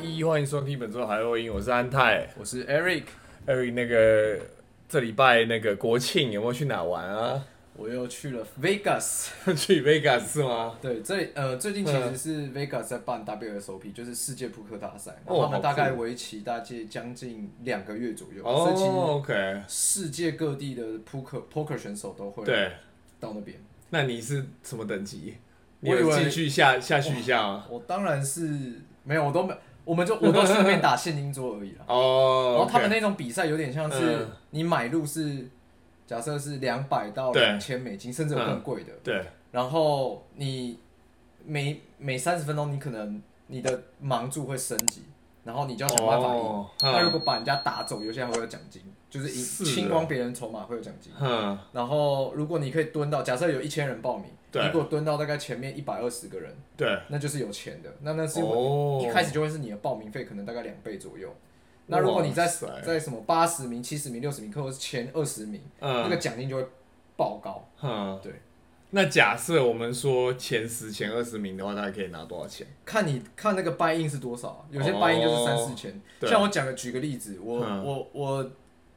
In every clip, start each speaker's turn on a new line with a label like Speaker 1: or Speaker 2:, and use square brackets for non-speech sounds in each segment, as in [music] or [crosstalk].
Speaker 1: 一欢迎收听本周海洛因，我是安泰
Speaker 2: 我是 Eric，
Speaker 1: Eric。那个这礼拜那个国庆有没有去哪玩啊？ [laughs]
Speaker 2: 我又去了 Vegas。
Speaker 1: 去 Vegas 是吗？
Speaker 2: 对，这呃最近其
Speaker 1: 啊
Speaker 2: 实是 Vegas 在办 WSOP，就是世界扑克大赛，
Speaker 1: 哦
Speaker 2: 然
Speaker 1: 好
Speaker 2: 后他
Speaker 1: 酷
Speaker 2: 们大概为期大概将近两个月左右，所以其
Speaker 1: 哦
Speaker 2: 实
Speaker 1: ，OK，
Speaker 2: 世界各地的扑克 poker 选手都会
Speaker 1: 对，
Speaker 2: 到那边。
Speaker 1: 那你是什么等级？你
Speaker 2: 我以为
Speaker 1: 有进去下下去一下
Speaker 2: [laughs]
Speaker 1: 吗？
Speaker 2: 我当然是没有，我都没，我们就我都是那边打现金桌而已啦。
Speaker 1: [laughs]
Speaker 2: 然
Speaker 1: 哦
Speaker 2: 后他们
Speaker 1: OK
Speaker 2: 那种比赛有点像是
Speaker 1: 嗯
Speaker 2: 你买入是假设是两百到
Speaker 1: 对
Speaker 2: 两千美金，甚至有更贵的。
Speaker 1: 对，
Speaker 2: 然后你每每三十分钟，你可能你的盲注会升级，然后你就要想办法赢。
Speaker 1: 哦
Speaker 2: 他、如
Speaker 1: 嗯
Speaker 2: 果把人家打走，有些还会有奖金，就是赢
Speaker 1: 是
Speaker 2: 清光别人筹码会有奖金。
Speaker 1: 嗯，
Speaker 2: 然后如果你可以蹲到，假设有一千人报名，
Speaker 1: 对
Speaker 2: 如果蹲到大概前面一百二十个人，
Speaker 1: 对，
Speaker 2: 那就是有钱的，那那是
Speaker 1: 哦
Speaker 2: 一开始就会是你的报名费可能大概两倍左右。那如果你在
Speaker 1: 哇塞
Speaker 2: 在什么八十名、七十名、六十名，或者是前二十名，那个
Speaker 1: 嗯
Speaker 2: 奖金就会爆高。
Speaker 1: 嗯，
Speaker 2: 对。
Speaker 1: 那假设我们说前十、前二十名的话，大概可以拿多少钱？
Speaker 2: 看你看那个 buy in 是多少啊、有些 buy in 就是三
Speaker 1: 哦
Speaker 2: 四千。
Speaker 1: 对
Speaker 2: 像我讲个举个例子，我、
Speaker 1: 嗯
Speaker 2: 我我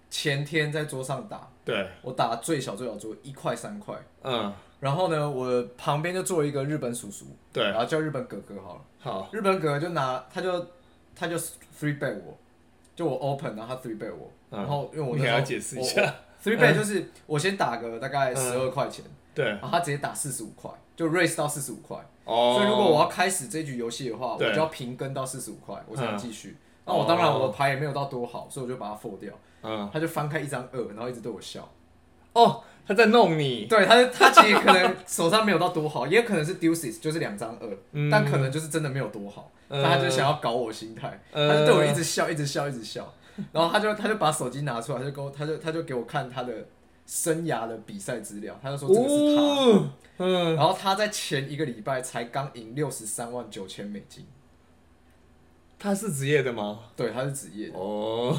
Speaker 2: 前天在桌上打，
Speaker 1: 对，
Speaker 2: 我打最小最小桌一块三块，
Speaker 1: 嗯，
Speaker 2: 然后呢，我旁边就坐了一个日本叔叔，
Speaker 1: 对
Speaker 2: 然，后叫日本哥哥好了，
Speaker 1: 好，
Speaker 2: 日本哥哥就拿他就他就 three bet 我，就我 open，然后他 three bet 我，
Speaker 1: 嗯
Speaker 2: 然后因为我
Speaker 1: 你
Speaker 2: 那
Speaker 1: 还
Speaker 2: 时
Speaker 1: 要
Speaker 2: 候
Speaker 1: 解释一下，嗯
Speaker 2: three bet 就是我先打个大概十二块钱，
Speaker 1: 对，
Speaker 2: 然后他直接打四十五块，就 raise 到四十五块。
Speaker 1: 哦，
Speaker 2: 所以如果我要开始这局游戏的话，我
Speaker 1: 对
Speaker 2: 就要平跟到四十五块，我才能继续。那、
Speaker 1: 哦
Speaker 2: 我当然我的牌也没有到多好，所以我就把它 fold 掉。
Speaker 1: 嗯，
Speaker 2: 他就翻开一张二，然后一直对我笑。
Speaker 1: 哦，他在弄你，
Speaker 2: 对，他他其实可能手上没有到多好， [laughs] 也可能是 deuces 就是两张二，
Speaker 1: 嗯
Speaker 2: 但可能就是真的没有多好。
Speaker 1: 嗯
Speaker 2: 但他就想要搞我心态，
Speaker 1: 嗯
Speaker 2: 他就对我一直笑，一直笑，一直笑。然后他就他就把手机拿出来，他就跟我他就他就给我看他的生涯的比赛资料，他就说这个是他。
Speaker 1: 哦，嗯，
Speaker 2: 然后他在前一个礼拜才刚赢六十三万九千美金，
Speaker 1: 他是职业的吗？
Speaker 2: 对，他是职业的。
Speaker 1: 哦，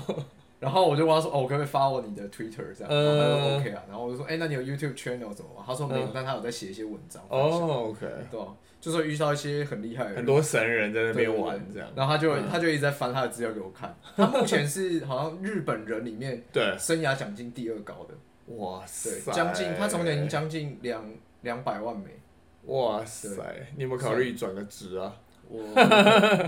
Speaker 2: 然后我就问他说：“哦，我可不可以发我你的 Twitter 这样？”然后他
Speaker 1: 嗯
Speaker 2: 说：“OK 啊。”然后我就说：“哎、那你有 YouTube channel 怎么吗？”他说：“没有，
Speaker 1: 嗯
Speaker 2: 但他有在写一些文章。”哦，
Speaker 1: 哦，OK，
Speaker 2: 对、啊，就是遇到一些很厉害的人
Speaker 1: 很多神人在那
Speaker 2: 对对
Speaker 1: 边
Speaker 2: 对
Speaker 1: 玩这样，
Speaker 2: 然后他就、他就一直在翻他的资料给我看。他目前是好像日本人里面
Speaker 1: 对，
Speaker 2: 生涯奖金第二高的，
Speaker 1: 哇
Speaker 2: 对，
Speaker 1: 塞，
Speaker 2: 将近他从年将近两两百万美。
Speaker 1: 哇塞，你有没有考虑转个职啊？
Speaker 2: [laughs] 我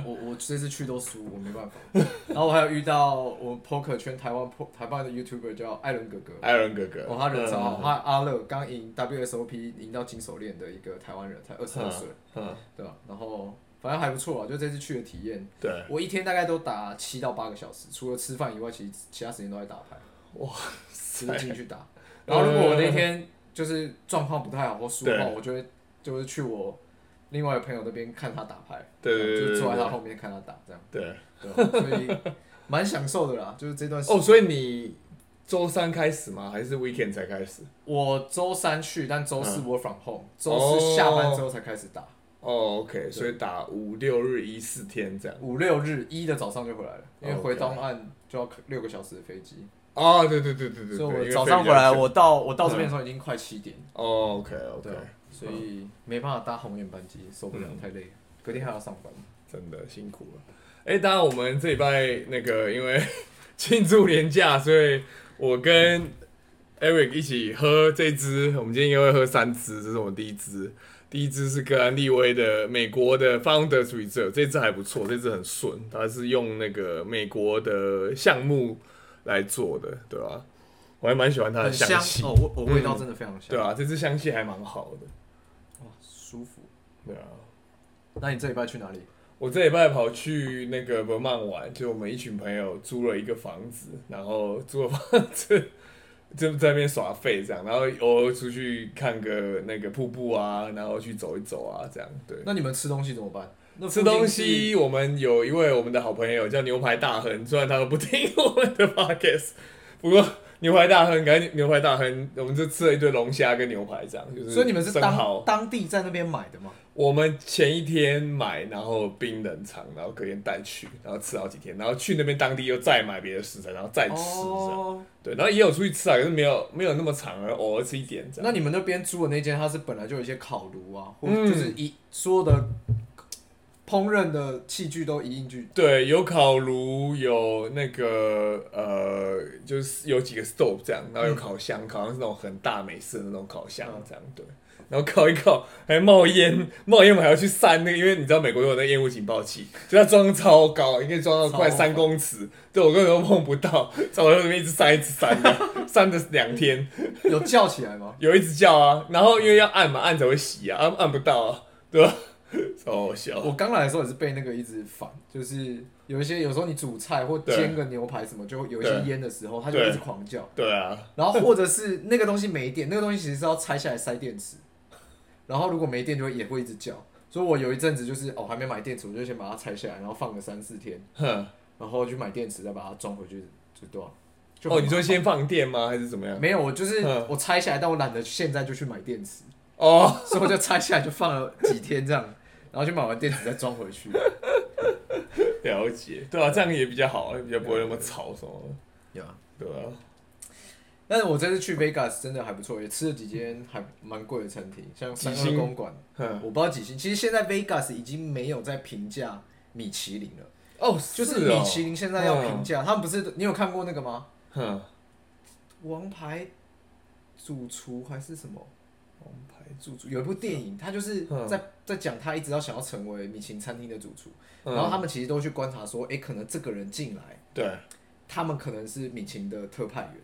Speaker 2: 我我这次去都输，我没办法。 [laughs] 然后我还有遇到我 poker 圈台湾 po 台湾的 YouTuber 叫艾伦哥哥，
Speaker 1: 艾伦哥哥，
Speaker 2: 哦，他人超好，
Speaker 1: 嗯
Speaker 2: 他阿乐刚赢 WSOP 赢到金手链的一个台湾人，才二十二岁，
Speaker 1: 嗯，
Speaker 2: 对吧、然后反正还不错啊，就这次去的体验，
Speaker 1: 对，
Speaker 2: 我一天大概都打七到八个小时，除了吃饭以外，其实其他时间都在打牌，只是进去打。 [laughs] 然后如果我那天就是状况不太好或输的话，
Speaker 1: 对
Speaker 2: 我就会就是去我另外一个朋友那边看他打牌，
Speaker 1: 对对对
Speaker 2: 就是坐在
Speaker 1: 对
Speaker 2: 他后面看他打这样，
Speaker 1: 对，
Speaker 2: 对吧，所以蛮享受的啦，就是这段时
Speaker 1: 哦，所以你周三开始吗？还是 weekend 才开始？
Speaker 2: 我周三去，但周
Speaker 1: 嗯
Speaker 2: 四 work from home，、周四下班之后才开始打，
Speaker 1: 哦，OK，所以打五六日一四天这样。
Speaker 2: 五六日一的早上就回来了，因为
Speaker 1: 哦 OK
Speaker 2: 回东岸就要六个小时的飞机，
Speaker 1: 哦，对对对对对，
Speaker 2: 所以
Speaker 1: 对
Speaker 2: 我
Speaker 1: 因为
Speaker 2: 早
Speaker 1: 飞
Speaker 2: 上
Speaker 1: 比
Speaker 2: 回
Speaker 1: 较
Speaker 2: 来，
Speaker 1: 久
Speaker 2: 我到我到这边的时候已经快七点，
Speaker 1: 哦，OK OK，
Speaker 2: 对啊，所以没办法搭红眼班机，受不了，太累了，
Speaker 1: 嗯
Speaker 2: 隔天还要上班。
Speaker 1: 真的辛苦了。哎、当然我们这礼拜那个因为 [laughs] 庆祝年假，所以我跟 Eric 一起喝这支，我们今天应该会喝三支，这是我们第一支。第一支是格兰利威的美国的 Founders Reserve，这支还不错，这支很顺，它是用那个美国的橡木来做的，对吧、我还蛮喜欢它的
Speaker 2: 很
Speaker 1: 香气，
Speaker 2: 哦，我我味道真的非常香，
Speaker 1: 对啊，这支香气还蛮好的，
Speaker 2: 哇，舒服。
Speaker 1: 对啊。
Speaker 2: 那你这礼拜去哪里？
Speaker 1: 我这礼拜跑去那个文曼玩，就我们一群朋友租了一个房子，然后租了房子 [laughs] 就在那边耍废这样，然后偶尔出去看个那个瀑布啊，然后去走一走啊，这样对。
Speaker 2: 那你们吃东西怎么办？那
Speaker 1: 吃
Speaker 2: 附近是
Speaker 1: 东，西，我们有一位我们的好朋友叫牛排大亨，虽然他都不听我们的 [laughs] podcast，不过牛排大亨，感觉牛排大亨，我们就吃了一堆龙虾跟牛排这样，就是
Speaker 2: 所以你们是
Speaker 1: 生蚝
Speaker 2: 当当地在那边买的吗？
Speaker 1: 我们前一天买，然后冰冷藏，然后隔天带去，然后吃好几天，然后去那边当地又再买别的食材，然后再吃这样。
Speaker 2: 哦，
Speaker 1: 对，然后也有出去吃啊，可是没有没有那么长，而偶尔吃一点这样。
Speaker 2: 那你们那边租的那间，它是本来就有一些烤炉啊，或
Speaker 1: 嗯
Speaker 2: 就是一所有的烹饪的器具都一应俱
Speaker 1: 对，有烤炉，有那个呃，就是有几个 stove 这样，然后有烤箱，烤箱是那种很大美式的那种烤箱
Speaker 2: 嗯
Speaker 1: 这样，对。然后烤一烤，还冒烟， [laughs] 冒烟我还要去散那个，因为你知道美国有那个烟雾警报器，就它装超高，应该装到快
Speaker 2: 超高
Speaker 1: 三公尺，对我根本都碰不到，在我那边一直扇一直扇的， [laughs] 扇了两天，
Speaker 2: 俱， [laughs] 有叫起来吗？
Speaker 1: 有一直叫啊，然后因为要按嘛，按才会洗啊，按按不到啊，对吧？ [laughs] 超好笑。
Speaker 2: 我刚来的时候也是被那个一直烦，就是有一些有时候你煮菜或
Speaker 1: 对
Speaker 2: 煎个牛排什么，就会有一些
Speaker 1: 对
Speaker 2: 烟的时候，它就
Speaker 1: 对
Speaker 2: 一直狂叫。
Speaker 1: 对啊，
Speaker 2: 然后或者是那个东西没电，那个东西其实是要拆下来塞电池，然后如果没电就会也会一直叫。所以我有一阵子就是哦还没买电池，我就先把它拆下来，然后放个三四天，
Speaker 1: 哼。
Speaker 2: 然后去买电池，再把它装回去，就对吧、就很
Speaker 1: 哦，你说先放电吗？还是怎么样？
Speaker 2: 没有，我就是
Speaker 1: 嗯
Speaker 2: 我拆下来，但我懒得现在就去买电池，
Speaker 1: 哦，
Speaker 2: 所以我就拆下来就放了几天这样，然后就买完电池再装回去。
Speaker 1: 了解。对啊，这样也比较好，比较不会那么吵什么的。
Speaker 2: 有啊
Speaker 1: 对啊，
Speaker 2: 但是我这次去 Vegas 真的还不错，也吃了几间还蛮贵的餐厅，像三
Speaker 1: 几星嗯
Speaker 2: 二公馆，
Speaker 1: 哼。
Speaker 2: 我不知道几星。其实现在 Vegas 已经没有在评价米其林了，
Speaker 1: 哦，
Speaker 2: 就是
Speaker 1: 哦嗯
Speaker 2: 米其林现在要评。价，他们不是你有看过那个吗？
Speaker 1: 哼，
Speaker 2: 王牌主厨还是什么？
Speaker 1: 王牌
Speaker 2: 主厨有一部电影，他就是
Speaker 1: 嗯
Speaker 2: 在在讲他一直要想要成为米其林餐厅的主厨，
Speaker 1: 嗯
Speaker 2: 然后他们其实都去观察说，诶，可能这个人进来，
Speaker 1: 对。
Speaker 2: 他们可能是米其林的特派员。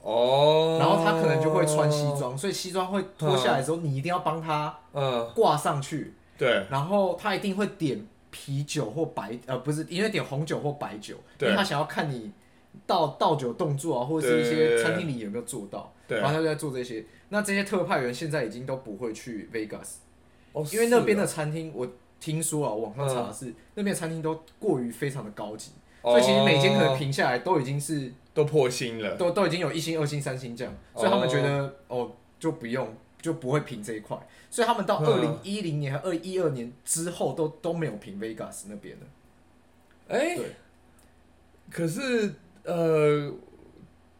Speaker 1: 哦。
Speaker 2: 然后他可能就会穿西。装，所以西装会脱下来的时候，你一定要帮他
Speaker 1: 嗯，
Speaker 2: 挂上去，
Speaker 1: 对。
Speaker 2: 然后他一定会点啤酒或白，呃，不是，因为点红酒或白酒，因
Speaker 1: 对
Speaker 2: 为他想要看你倒倒酒动作啊，或者是一
Speaker 1: 对
Speaker 2: 些餐厅里有没有做到，
Speaker 1: 对
Speaker 2: 然后他就在做这些。那这些特派员现在已经都不会去 Vegas，
Speaker 1: 哦，
Speaker 2: 因为那边的
Speaker 1: 是嗯
Speaker 2: 餐厅，我听说啊，我网上查的是那边的餐厅都过于非常的高级，
Speaker 1: 哦
Speaker 2: 所以其实每间可能评下来都已经是。
Speaker 1: 哦都破新了。
Speaker 2: 都都已经有一星、二星、三星这样，
Speaker 1: 哦
Speaker 2: 所以他们觉得哦，就不用就不会评这一块，所以他们到
Speaker 1: 嗯
Speaker 2: 二零一零年和二一二年之后都都没有评 Vegas 那边的，
Speaker 1: 哎
Speaker 2: 对，
Speaker 1: 可是呃，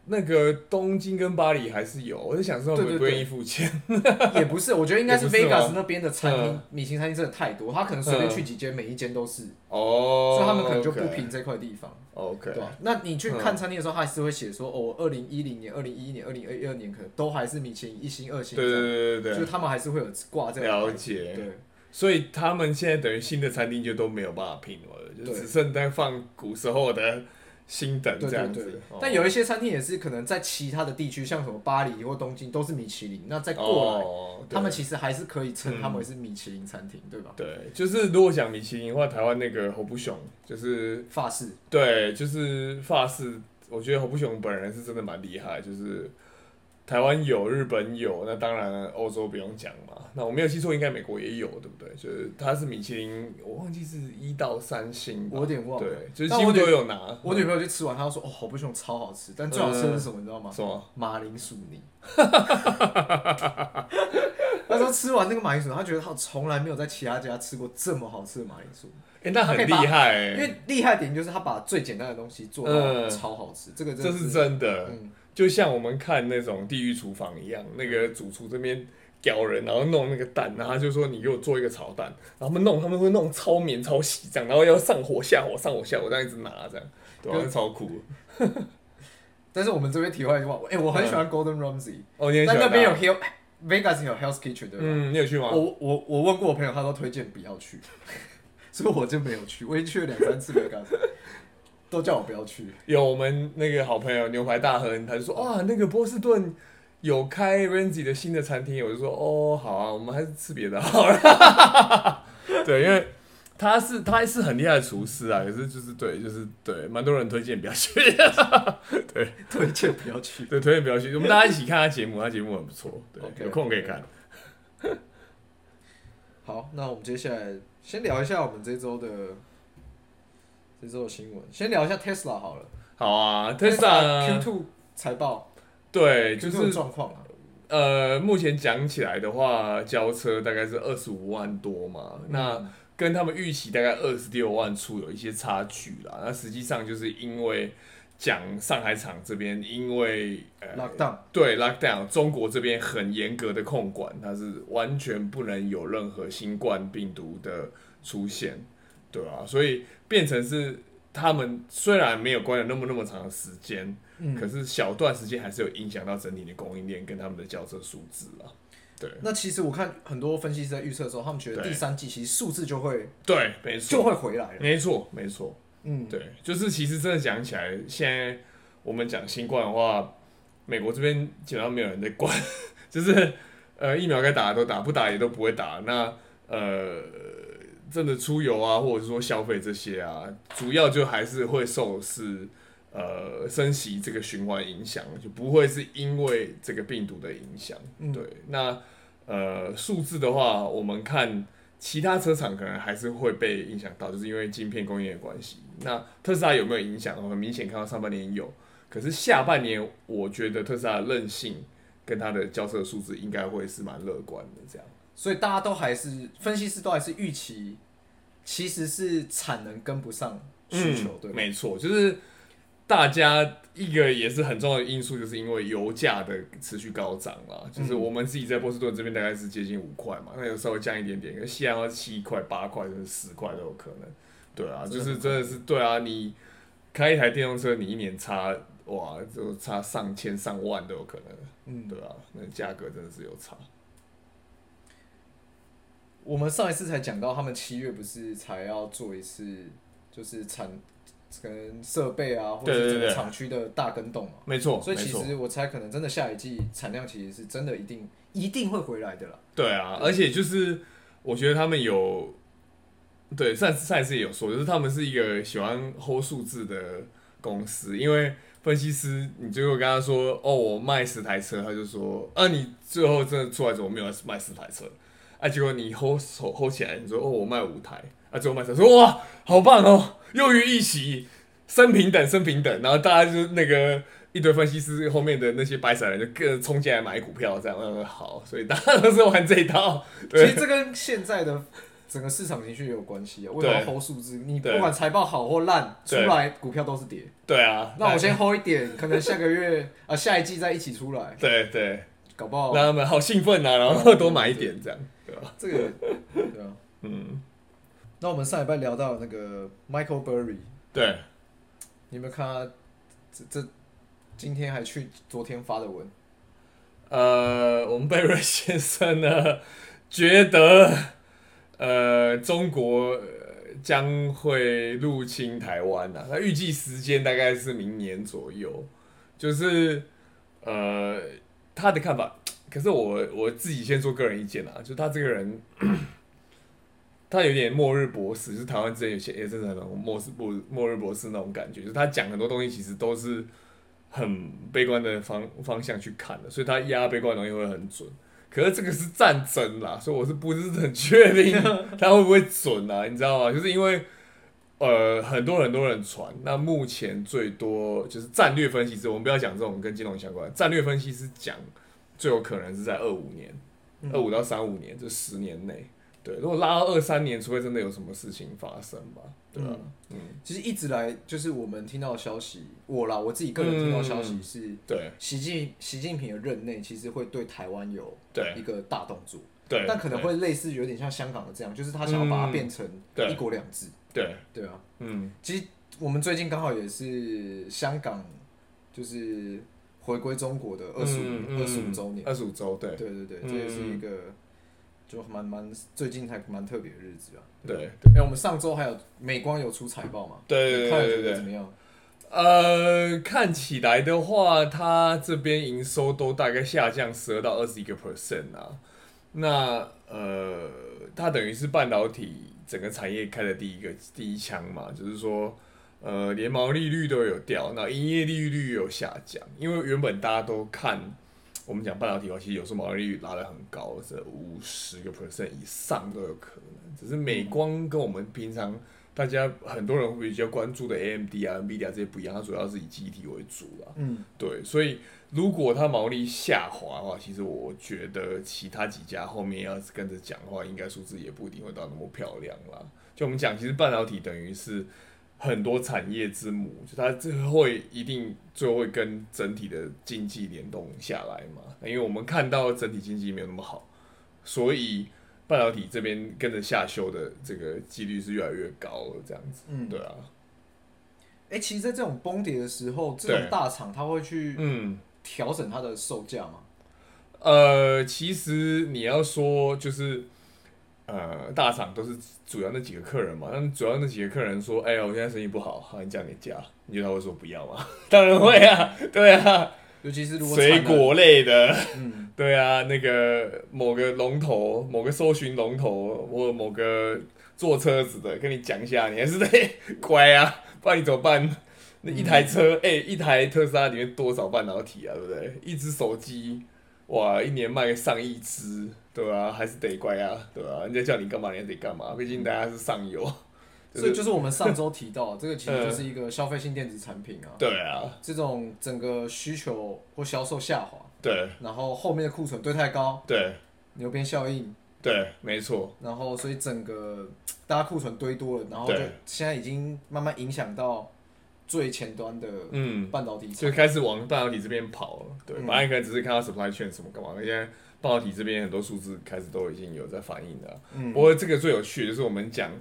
Speaker 1: 那个东京跟巴黎还是有，我在想说他们
Speaker 2: 对对
Speaker 1: 不愿
Speaker 2: 对
Speaker 1: 意付钱。
Speaker 2: [laughs] 也不是，我觉得应该是
Speaker 1: 也不是吗
Speaker 2: Vegas 那边的餐厅
Speaker 1: 嗯，
Speaker 2: 米其林餐厅真的太多，他可能随便去几间，每一间都是，
Speaker 1: [laughs] 哦，
Speaker 2: 所以他们可能就不评这块地方，
Speaker 1: OK，, 嗯
Speaker 2: 对
Speaker 1: o
Speaker 2: 吧？那你去看餐厅的时候，他还是会写说哦，二零一零年、二零一一年、二零二二年可能都还是米其林一星、二星
Speaker 1: 对
Speaker 2: 这样，
Speaker 1: 对对
Speaker 2: 就
Speaker 1: 对
Speaker 2: 是他们还是会有挂这
Speaker 1: 对，
Speaker 2: 个牌
Speaker 1: 了
Speaker 2: 子，
Speaker 1: 解。
Speaker 2: 对。
Speaker 1: 所以他们现在等于新的餐厅就都没有办法评了，就
Speaker 2: 对
Speaker 1: 只剩在放古时候的新等这
Speaker 2: 对对
Speaker 1: 样
Speaker 2: 对
Speaker 1: 子。哦
Speaker 2: 但有一些餐厅也是可能在其他的地区，像什么巴黎或东京都是米其林，那再过来，
Speaker 1: 哦、对嗯
Speaker 2: 他们其实还是可以称他们是米其林餐厅，对吧？
Speaker 1: 对，就是如果讲米其林的话，台湾那个侯不雄就是
Speaker 2: 法式，
Speaker 1: 对，就是法式，我觉得侯不雄本人是真的蛮厉害，就是。台湾有，日本有，那当然欧洲不用讲嘛。那我没有记错，应该美国也有，对不对？就是它是米其林，我忘记是一到三星吧。
Speaker 2: 我有点忘了。
Speaker 1: 对，就是
Speaker 2: 但
Speaker 1: 几乎
Speaker 2: 我
Speaker 1: 都
Speaker 2: 女
Speaker 1: 有拿。
Speaker 2: 我女朋友去吃完，她就说：“哦，好不凶，超好吃。”但最好吃的是什么，你知道吗？
Speaker 1: 什么？
Speaker 2: 马铃薯泥。 [laughs] 她说吃完那个马铃薯，她觉得她从来没有在其他家吃过这么好吃的马铃薯，
Speaker 1: 哎、那很厉害、
Speaker 2: [laughs]
Speaker 1: 欸，
Speaker 2: 因为厉害点就是她把最简单的东西做到
Speaker 1: 嗯
Speaker 2: 超好吃，这个真
Speaker 1: 这
Speaker 2: 的
Speaker 1: 是真的，
Speaker 2: 嗯，
Speaker 1: 就像我们看那种《地狱厨房》一样，那个主厨这边屌人，然后弄那个蛋，然后他就说你给我做一个炒蛋，然后他们弄，他们会弄超绵超细这样，然后要上火下火上火下火这样一直拿这样，对、啊，
Speaker 2: 跟
Speaker 1: 那超酷。
Speaker 2: 但是我们这边题外话，哎、我很喜欢
Speaker 1: 嗯
Speaker 2: Golden Ramsy，、
Speaker 1: 哦，你很喜
Speaker 2: 但
Speaker 1: 欢
Speaker 2: 那边有
Speaker 1: 它
Speaker 2: Hill Vegas 有 Hell's Kitchen 对吧？
Speaker 1: 嗯，你有去吗？
Speaker 2: 我我我问过我朋友，他都推荐不要去， [laughs] 所以我就没有去。我已经去了两三次 Vegas，都叫我不要去。 [laughs]
Speaker 1: 有我们那个好朋友牛排大亨，他就说啊，那个波士顿有开 Renzi 的新的餐厅，我就说哦，好啊，我们还是吃别的好了。 [laughs] 对，因为他是他是很厉害的厨师啊，可是就是对，就是对，蛮多人推荐不要去，
Speaker 2: 推荐不要去。
Speaker 1: [laughs] 对，推荐不要去。我们大家一起看他节目，他节目很不错，对
Speaker 2: OK，
Speaker 1: 有空可以看。
Speaker 2: 好，那我们接下来先聊一下我们这周的这周的新闻，先聊一下 Tesla 好了。
Speaker 1: 好啊，Tesla，
Speaker 2: Q2 财报
Speaker 1: 对，就
Speaker 2: Q2 的
Speaker 1: 是
Speaker 2: 状况啊，
Speaker 1: 呃，目前讲起来的话，交车大概是二十五万多嘛，那。
Speaker 2: 嗯
Speaker 1: 跟他们预期大概二十六万出有一些差距啦。那实际上就是因为讲上海厂这边，因为呃
Speaker 2: Lockdown
Speaker 1: 对 lockdown，中国这边很严格的控管，它是完全不能有任何新冠病毒的出现，对啊，所以变成是他们虽然没有关了那么那么长的时间，可是小段时间还是有影响到整体的供应链跟他们的交车数字啊。对
Speaker 2: 那其实我看很多分析师在预测的时候，他们觉得
Speaker 1: 对
Speaker 2: 第三季其实数字就会
Speaker 1: 对，没
Speaker 2: 就
Speaker 1: 错，
Speaker 2: 会回来了。
Speaker 1: 没错，没错。
Speaker 2: 嗯，
Speaker 1: 对，就是其实真的讲起来，现在我们讲新冠的话，美国这边基本上没有人在管， [laughs] 就是呃疫苗该打的都打，不打也都不会打。那呃真的出游啊，或者是说消费这些啊，主要就还是会受是呃升息这个循环影响，就不会是因为这个病毒的影响。
Speaker 2: 嗯
Speaker 1: 对，那呃数字的话，我们看。其他车厂可能还是会被影响到，就是因为晶片供应链的关系。那特斯拉有没有影响？我们明显看到上半年有，可是下半年我觉得特斯拉的韧性跟它的交车数字应该会是蛮乐观的。这样，
Speaker 2: 所以大家都还是分析师都还是预期，其实是产能跟不上需求，对吧？
Speaker 1: 嗯没错，就是大家一个也是很重要的因素，就是因为油价的持续高涨啦。就是
Speaker 2: 嗯
Speaker 1: 我们自己在波士顿这边大概是接近五块嘛，那有稍微降一点点，可是西安要七块、八块甚至十块都有可能。对啊，
Speaker 2: 真
Speaker 1: 就
Speaker 2: 的
Speaker 1: 是真的是对啊，你开一台电动车，你一年差哇，就差上千上万都有可能，
Speaker 2: 嗯，
Speaker 1: 对啊，那价格真的是有差。
Speaker 2: 我们上一次才讲到，他们七月不是才要做一次，就是产跟设备啊，或者
Speaker 1: 对对
Speaker 2: 是整
Speaker 1: 对
Speaker 2: 个厂区的大跟动嘛。
Speaker 1: 没错，
Speaker 2: 所以
Speaker 1: 哦没
Speaker 2: 其
Speaker 1: 错
Speaker 2: 实我猜，可能真的下一季产量其实是真的一定一定会回来的啦。
Speaker 1: 对啊，
Speaker 2: 对
Speaker 1: 而且就是我觉得他们有，对上次上一次也有说，就是他们是一个喜欢 hold 数字的公司，因为分析师你最后跟他说哦我卖十台车，他就说啊你最后真的出来怎么没有卖十台车？啊结果你 hold 手 hold 起来，你说哦我卖五台，啊最后卖三台，说哇好棒哦，又于一席，生平等生平等，然后大家就那个。一堆分析师后面的那些白傻人就各冲进来买股票，这样嗯好，所以大家都是玩这一套。
Speaker 2: 其
Speaker 1: 对
Speaker 2: 实这跟现在的整个市场情绪也有关系啊。为
Speaker 1: 对
Speaker 2: 什么要 hold 数字？你不
Speaker 1: 对
Speaker 2: 管财报好或烂，出
Speaker 1: 对
Speaker 2: 来股票都是跌。
Speaker 1: 对啊，
Speaker 2: 那我先 hold 一点，可能下个月啊、下一季再一起出来，
Speaker 1: 对对，
Speaker 2: 搞不好
Speaker 1: 让他们好兴奋啊，然后多买一点这样，对吧？
Speaker 2: 这个对啊。
Speaker 1: 嗯，
Speaker 2: 那我们上礼拜聊到那个 Michael Burry，
Speaker 1: 对，
Speaker 2: 你有没有看他这这今天还去昨天发的文？
Speaker 1: 呃，我们贝瑞先生呢，觉得呃，中国呃将会入侵台湾啊，那预计时间大概是明年左右，就是呃，他的看法，可是我我自己先说个人意见啊，就他这个人。他有点末日博士，就是台湾之前有些也真的那种末世末末日博士那种感觉，就是他讲很多东西其实都是很悲观的方方向去看的，所以他压悲观的东西会很准。可是这个是战争啦，所以我是不是很确定
Speaker 2: [laughs]
Speaker 1: 他会不会准啊？你知道吗？就是因为呃，很多很多人传，那目前最多就是战略分析师，我们不要讲这种跟金融相关，战略分析师讲最有可能是在二五年，
Speaker 2: 嗯
Speaker 1: 二五到三五年这十年内。对，如果拉到二三年，除非真的有什么事情发生吧，对吧、嗯，
Speaker 2: 其实一直来就是我们听到的消息，我啦我自己个人听到的消
Speaker 1: 嗯
Speaker 2: 息是，
Speaker 1: 对
Speaker 2: 习近习近平的任内其实会对台湾有
Speaker 1: 对
Speaker 2: 一个大动作，
Speaker 1: 对，
Speaker 2: 但可能会类似有点像香港的这样，就是他想要把
Speaker 1: 嗯
Speaker 2: 它变成
Speaker 1: 对
Speaker 2: 一国两制，
Speaker 1: 对，
Speaker 2: 对啊。
Speaker 1: 嗯，
Speaker 2: 其实我们最近刚好也是香港就是回归中国的二十五二十五周年，
Speaker 1: 二十五周，对
Speaker 2: 对对对，
Speaker 1: 嗯
Speaker 2: 这也是一个就蛮蛮最近还蛮特别的日子啊。
Speaker 1: 对。
Speaker 2: 哎、我们上周还有美光有出财报嘛？
Speaker 1: 对对
Speaker 2: 你看了
Speaker 1: 对
Speaker 2: 觉
Speaker 1: 对
Speaker 2: 得
Speaker 1: 对
Speaker 2: 怎么样？
Speaker 1: 呃，看起来的话，它这边营收都大概下降十二到二十一个 percent 啊。那呃，它等于是半导体整个产业开的第一个第一枪嘛，就是说，呃，连毛利率都有掉，那营业利率有下降，因为原本大家都看我们讲半导体的话，其实有时候毛利率拉得很高，是五十个 percent 以上都有可能。只是美光跟我们平常大家很多人会比较关注的 AMD 啊、NVIDIA 这些不一样，它主要是以记忆体为主啦。
Speaker 2: 嗯，
Speaker 1: 对，所以如果它毛利下滑的话，其实我觉得其他几家后面要是跟着讲的话，应该数字也不一定会到那么漂亮啦。就我们讲，其实半导体等于是很多产业之母，就它这会一定最后会跟整体的经济联动下来嘛。那因为我们看到整体经济没有那么好，所以半导体这边跟着下修的这个几率是越来越高了，这样子。
Speaker 2: 嗯，
Speaker 1: 对啊，
Speaker 2: 哎、其实，在这种崩跌的时候，这种
Speaker 1: 对
Speaker 2: 大厂它会去
Speaker 1: 嗯，
Speaker 2: 调整它的售价嘛？
Speaker 1: 呃，其实你要说就是，呃，大厂都是主要那几个客人嘛，但主要那几个客人说，哎呀，我现在生意不好，好你降点价，你觉得他会说不要吗？ [laughs] 当然会啊，对啊，
Speaker 2: 尤其是如果
Speaker 1: 水
Speaker 2: 产能，
Speaker 1: 果类的，
Speaker 2: 嗯，
Speaker 1: 对啊，那个某个龙头、某个搜寻龙头或某个做车子的，跟你讲一下，你还是得 [laughs] 乖啊，不然你怎么办？那一台车，哎、一台特斯拉里面多少半导体啊，对不对？一只手机，哇，一年卖个上亿只，对吧、还是得乖啊，对吧、人家叫你干嘛，你还得干嘛，毕竟大家是上游，就
Speaker 2: 所以
Speaker 1: 是
Speaker 2: 就是我们上周提
Speaker 1: [laughs]
Speaker 2: 到，这个其实
Speaker 1: 呃
Speaker 2: 就是一个消费性电子产品啊，
Speaker 1: 对啊，
Speaker 2: 这种整个需求或销售下滑，
Speaker 1: 对
Speaker 2: 然后后面的库存堆太高，
Speaker 1: 对
Speaker 2: 牛鞭效应，
Speaker 1: 对，没错，
Speaker 2: 然后所以整个大家库存堆多了，然后就
Speaker 1: 对
Speaker 2: 现在已经慢慢影响到最前端的
Speaker 1: 嗯。
Speaker 2: 半导体
Speaker 1: 就
Speaker 2: 厂，
Speaker 1: 开始往半导体这边跑了。对，本
Speaker 2: 嗯
Speaker 1: 来可能只是看到 supply chain 什么干嘛，那现在半导体这边很多数字开始都已经有在反映了啊。
Speaker 2: 嗯
Speaker 1: 不过这个最有趣的就是我们讲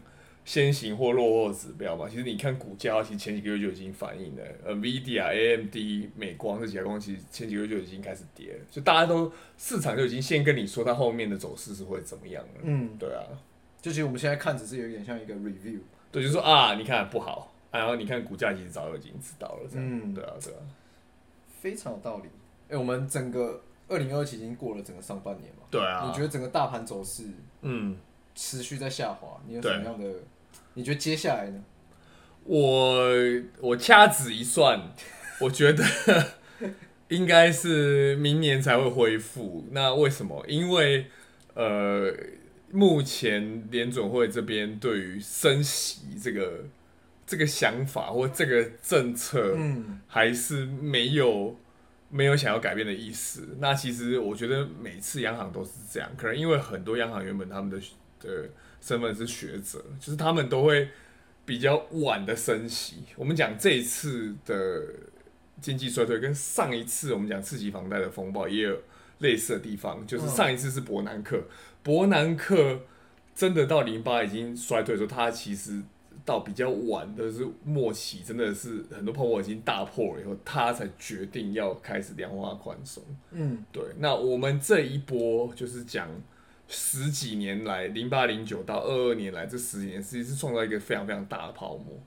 Speaker 1: 先行或落后指标嘛，其实你看股价，其实前几个月就已经反映了，NVIDIA、AMD、美光这几家公司其实前几个月就已经开始跌了，就大家都市场就已经先跟你说它后面的走势是会怎么样了。
Speaker 2: 嗯，
Speaker 1: 对啊，
Speaker 2: 就其实我们现在看只是有点像一个 review，
Speaker 1: 对，就说啊，你看不好，啊然后你看股价其实早就已经知道了，这样。
Speaker 2: 嗯
Speaker 1: 对啊，对啊，
Speaker 2: 非常有道理。哎、我们整个二零二七已经过了整个上半年嘛，
Speaker 1: 对啊。
Speaker 2: 你觉得整个大盘走势
Speaker 1: 嗯。
Speaker 2: 持续在下滑，你有什么
Speaker 1: 对
Speaker 2: 样的？你觉得接下来呢？
Speaker 1: 我我掐指一算， [laughs] 我觉得应该是明年才会恢复。那为什么？因为呃，目前联准会这边对于升息这个这个想法或这个政策，
Speaker 2: 嗯，
Speaker 1: 还是没有没有想要改变的意思。那其实我觉得每次央行都是这样，可能因为很多央行原本他们的的身份是学者，就是他们都会比较晚的升息。我们讲这一次的经济衰退跟上一次我们讲次级房贷的风暴也有类似的地方，就是
Speaker 2: 嗯
Speaker 1: 上一次是伯南克，伯南克真的到零八已经衰退的时候，它其实到比较晚的是末期，真的是很多泡沫已经大破了以后，它才决定要开始量化宽松。
Speaker 2: 嗯，
Speaker 1: 对，那我们这一波就是讲十几年来，零八零九到二二年来这十年，其实是创造一个非常非常大的泡沫，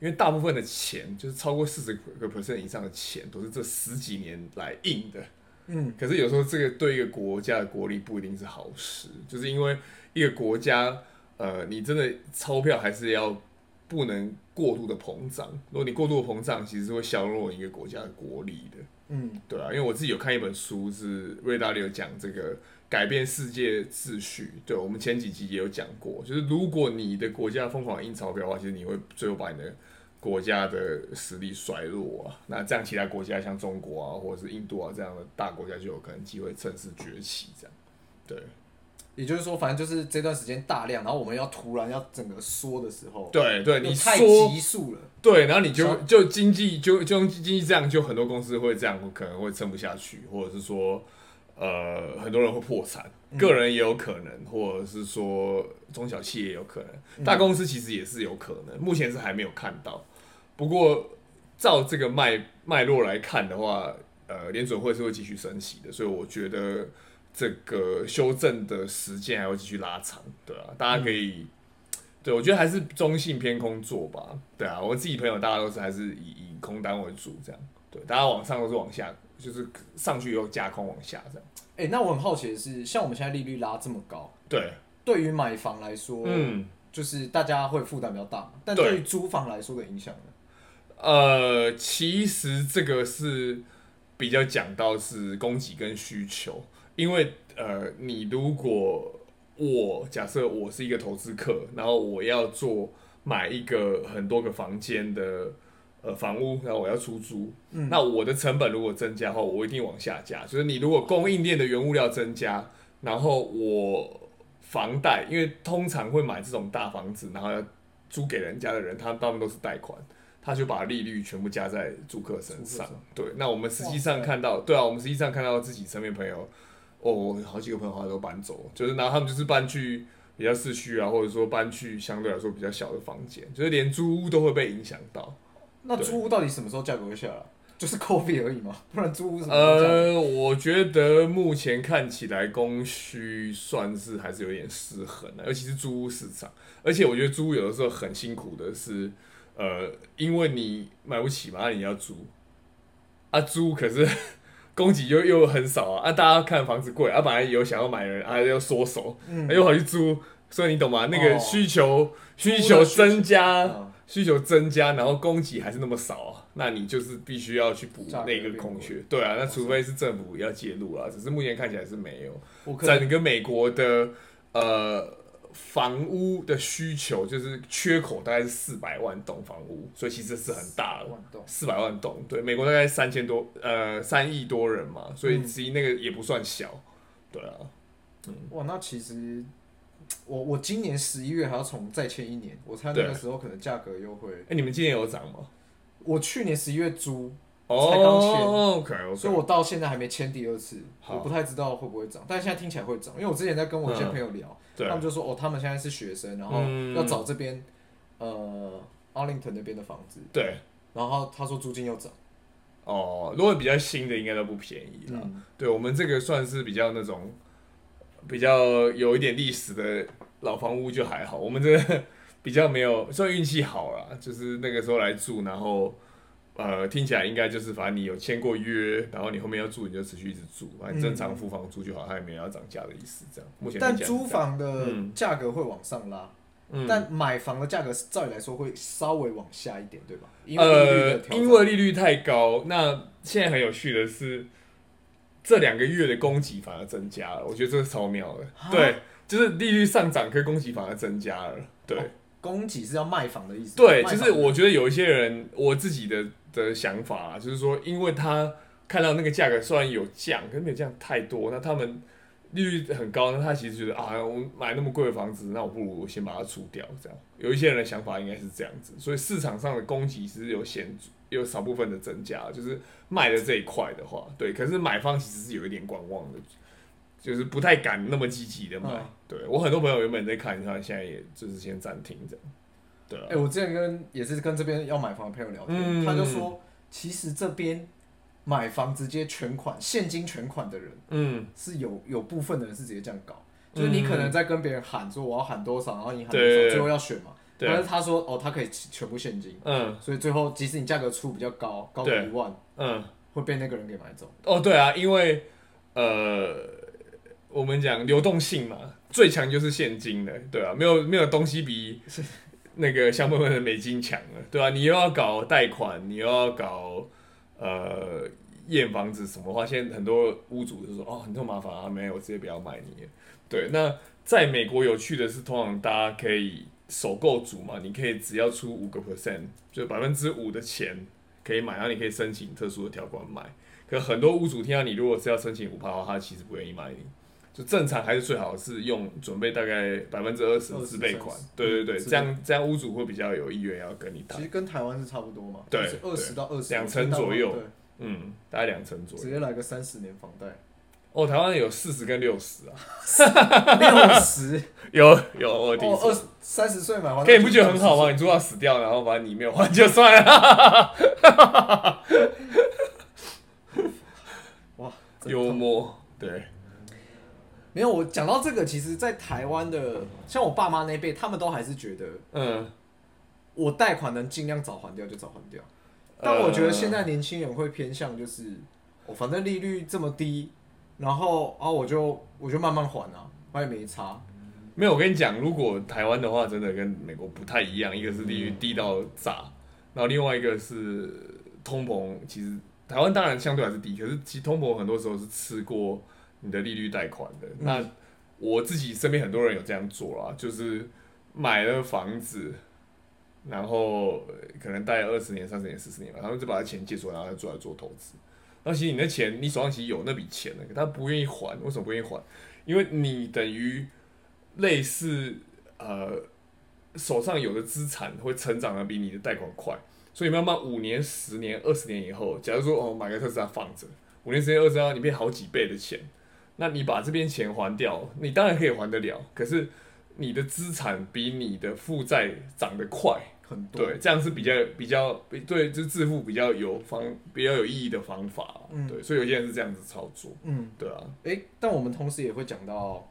Speaker 1: 因为大部分的钱就是超过四十个 percent 以上的钱，都是这十几年来印的。
Speaker 2: 嗯，
Speaker 1: 可是有时候这个对一个国家的国力不一定是好事，就是因为一个国家，呃，你真的钞票还是要不能过度的膨胀，如果你过度的膨胀，其实会削弱一个国家的国力的。
Speaker 2: 嗯，
Speaker 1: 对啊，因为我自己有看一本书，是瑞达利有讲这个改变世界秩序。对，我们前几集也有讲过，就是如果你的国家疯狂印钞票的话，其实你会最后把你的国家的实力衰弱啊。那这样其他国家像中国啊，或者是印度啊这样的大国家就有可能机会趁势崛起。这样，对
Speaker 2: 也就是说，反正就是这段时间大量，然后我们要突然要整个缩的时候，
Speaker 1: 对对，你
Speaker 2: 又太
Speaker 1: 说
Speaker 2: 急速了，
Speaker 1: 对，然后你就
Speaker 2: 像
Speaker 1: 就经济就就用经济这样，就很多公司会这样，可能会撑不下去，或者是说，呃，很多人会破产，个人也有可能，或者是说中小企业也有可能，大公司其实也是有可能，目前是还没有看到。不过照这个脉脉络来看的话，呃，联准会是会继续升息的，所以我觉得这个修正的时间还会继续拉长，对啊，大家可以。对，我觉得还是中性偏空做吧。对啊，我自己朋友大家都是还是以以空单为主这样。对，大家往上都是往下，就是上去以后加空往下这样。
Speaker 2: 哎、那我很好奇的是，像我们现在利率拉这么高，
Speaker 1: 对，
Speaker 2: 对于买房来说，
Speaker 1: 嗯，
Speaker 2: 就是大家会负担比较大嘛，但
Speaker 1: 对
Speaker 2: 对于租房来说的影响呢？
Speaker 1: 呃，其实这个是比较讲到是供给跟需求，因为呃，你如果我假设我是一个投资客，然后我要做买一个很多个房间的呃房屋，然后我要出租，
Speaker 2: 嗯
Speaker 1: 那我的成本如果增加的话，我一定往下加。就是你如果供应链的原物料增加，然后我房贷，因为通常会买这种大房子，然后要租给人家的人，他大部分都是贷款，他就把利率全部加在租客身
Speaker 2: 租客
Speaker 1: 上
Speaker 2: 身上。
Speaker 1: 对，那我们实际上
Speaker 2: 哇塞
Speaker 1: 看到，对啊，我们实际上看到自己身边朋友，哦，我好几个朋友好像都搬走，就是然后他们就是搬去比较市区啊，或者说搬去相对来说比较小的房间，就是连租屋都会被影响到。
Speaker 2: 那
Speaker 1: 对
Speaker 2: 租屋到底什么时候价格会下来？就是 COVID 而已嘛，不然租屋什么时候价格？
Speaker 1: 呃，我觉得目前看起来供需算是还是有点失衡啊的、尤其是租屋市场。而且我觉得租屋有的时候很辛苦的是，呃，因为你买不起嘛，那你要租，啊租可是 [laughs] 供给又又很少啊，啊大家看房子贵，啊本来有想要买的人，啊又缩手，
Speaker 2: 嗯
Speaker 1: 啊又跑去租，所以你懂吗？那个
Speaker 2: 哦
Speaker 1: 需求、需
Speaker 2: 租
Speaker 1: 求
Speaker 2: 的需求
Speaker 1: 增加。
Speaker 2: 嗯
Speaker 1: 需求增加，然后供给还是那么少啊，那你就是必须要去补
Speaker 2: 价格
Speaker 1: 那个
Speaker 2: 变
Speaker 1: 空
Speaker 2: 贵
Speaker 1: 缺。对啊，那除非是政府要介入啊，只是目前看起来是没有。
Speaker 2: 我可能
Speaker 1: 整个美国的呃房屋的需求就是缺口大概是四百万栋房屋，所以其实是很大的
Speaker 2: 万栋，
Speaker 1: 四百万栋。对，美国大概三千多呃三亿多人嘛，所以
Speaker 2: 嗯
Speaker 1: 其实那个也不算小。对啊，
Speaker 2: 哇，那其实我我今年十一月还要重再签一年，我猜那
Speaker 1: 对
Speaker 2: 个时候可能价格又会。
Speaker 1: 哎、你们今年有涨吗？
Speaker 2: 我去年十一月租，才刚签
Speaker 1: 哦，OK OK，
Speaker 2: 所以我到现在还没签第二次，
Speaker 1: 好嗯
Speaker 2: 我不太知道会不会涨，但现在听起来会涨，因为我之前在跟我一些朋友聊，
Speaker 1: 对
Speaker 2: 他们就说哦，他们现在是学生，然后
Speaker 1: 嗯
Speaker 2: 要找这边、呃奥林顿那边的房子，
Speaker 1: 对。
Speaker 2: 然后他说租金又涨，
Speaker 1: 哦，如果比较新的应该都不便宜啦。
Speaker 2: 嗯，
Speaker 1: 对我们这个算是比较那种比较有一点历史的老房屋就还好，我们这个 [laughs] 比较没有算运气好啦，就是那个时候来住，然后呃听起来应该就是反正你有签过约，然后你后面要住你就持续一直住，反正正常付房租就好，它也没有要涨价的意思。这样目前
Speaker 2: 嗯但
Speaker 1: 听起来是
Speaker 2: 租
Speaker 1: 这样，
Speaker 2: 房的
Speaker 1: 嗯
Speaker 2: 价格会往上拉，
Speaker 1: 嗯
Speaker 2: 但买房的价格是照理来说会稍微往下一点，对吧？因为利率
Speaker 1: 呃
Speaker 2: 的，调
Speaker 1: 因
Speaker 2: 整
Speaker 1: 为利率太高，那现在很有趣的是，这两个月的供给反而增加了，我觉得这是超妙的。
Speaker 2: 啊
Speaker 1: 对，就是利率上涨，可是供给反而增加了。对、
Speaker 2: 供给是要卖房的意思，
Speaker 1: 对，
Speaker 2: 卖
Speaker 1: 就
Speaker 2: 房
Speaker 1: 是我觉得有一些人，我自己的的想法、啊、就是说，因为他看到那个价格虽然有降，可是没有降太多，那他们利率很高，那他其实觉得啊，我买那么贵的房子，那我不如我先把它出掉，这样。有一些人的想法应该是这样子，所以市场上的供给是有显有少部分的增加，就是卖的这一块的话，对。可是买方其实是有一点观望的，就是不太敢那么积极的买。
Speaker 2: 嗯
Speaker 1: 对我很多朋友原本在看，他现在也就是先暂停这样。对啊
Speaker 2: 哎、，我之前跟也是跟这边要买房的朋友聊天，
Speaker 1: 嗯
Speaker 2: 他就说，其实这边买房直接全款现金全款的人
Speaker 1: 嗯，
Speaker 2: 是有有部分的人是直接这样搞，就是你可能在跟别人喊说我要喊多少，然后你喊多
Speaker 1: 对
Speaker 2: 少，最后要选嘛。
Speaker 1: 对
Speaker 2: 但是他说哦，他可以全部现金，
Speaker 1: 嗯
Speaker 2: 所以最后即使你价格出比较高，高
Speaker 1: 对
Speaker 2: 一万，
Speaker 1: 嗯，
Speaker 2: 会被那个人给买走。
Speaker 1: 哦，对啊，因为呃，我们讲流动性嘛，最强就是现金的，对啊，没有没有东西比那个香喷喷的美金强了，对啊，你又要搞贷款，你又要搞呃验房子什么的话，现在很多屋主就说哦，很多麻烦啊，没有，我直接不要卖你了。对，那在美国有趣的是，通常大家可以首购族嘛，你可以只要出五个 percent，就百分之五的钱可以买，然后你可以申请特殊的条款买。可很多屋主听到你如果是要申请五趴的话，他其实不愿意卖你。就正常还是最好是用准备大概百分之二十
Speaker 2: 20%
Speaker 1: 自备款，对对对，
Speaker 2: 自备
Speaker 1: 这样这样屋主会比较有意愿要跟你谈
Speaker 2: 其。实跟台湾是差不多嘛，
Speaker 1: 对
Speaker 2: 二十到二十
Speaker 1: 两成左右
Speaker 2: 对，
Speaker 1: 嗯，大概两成左
Speaker 2: 直
Speaker 1: 右。
Speaker 2: 接来个三十年房
Speaker 1: [laughs]
Speaker 2: 贷，
Speaker 1: 哦，台湾有四十跟六十啊，
Speaker 2: 六十
Speaker 1: [laughs] 有有我听
Speaker 2: 哦，
Speaker 1: 说。
Speaker 2: 二三十岁买房，
Speaker 1: 哦可以不觉得很好吗？你租到死掉，然后把你没有还就算 [laughs] 了。
Speaker 2: 哇，真
Speaker 1: 幽默，对，
Speaker 2: 没有，我讲到这个，其实，在台湾的，像我爸妈那辈，他们都还是觉得
Speaker 1: 嗯，
Speaker 2: 我贷款能尽量早还掉就早还掉。
Speaker 1: 呃
Speaker 2: 但我觉得现在年轻人会偏向就是，我、反正利率这么低，然后啊，我就我就慢慢还啊，我也没差。
Speaker 1: 没有。我跟你讲，如果台湾的话，真的跟美国不太一样，一个是利率低到炸，然后另外一个是通膨。其实台湾当然相对还是低，可是其实通膨很多时候是吃过你的利率贷款的。那我自己身边很多人有这样做啦，就是买了房子，然后呃可能贷二十年、三十年、四十年吧，他们就把钱借出来，然后再做来做投资。那其实你那钱，你手上其实有那笔钱的，可他不愿意还，为什么不愿意还？因为你等于类似呃手上有的资产会成长的比你的贷款快，所以慢慢五年、十年、二十年以后，假如说哦买个特斯拉放着，五年、十年、二十年，你变好几倍的钱，那你把这边钱还掉，你当然可以还得了，可是你的资产比你的负债涨得快，
Speaker 2: 很多。
Speaker 1: 对，这样是比较比较比对，就是致富比较有方比较有意义的方法，
Speaker 2: 嗯
Speaker 1: 对，所以有些人是这样子操作，
Speaker 2: 嗯，
Speaker 1: 对啊，
Speaker 2: 诶，但我们同时也会讲到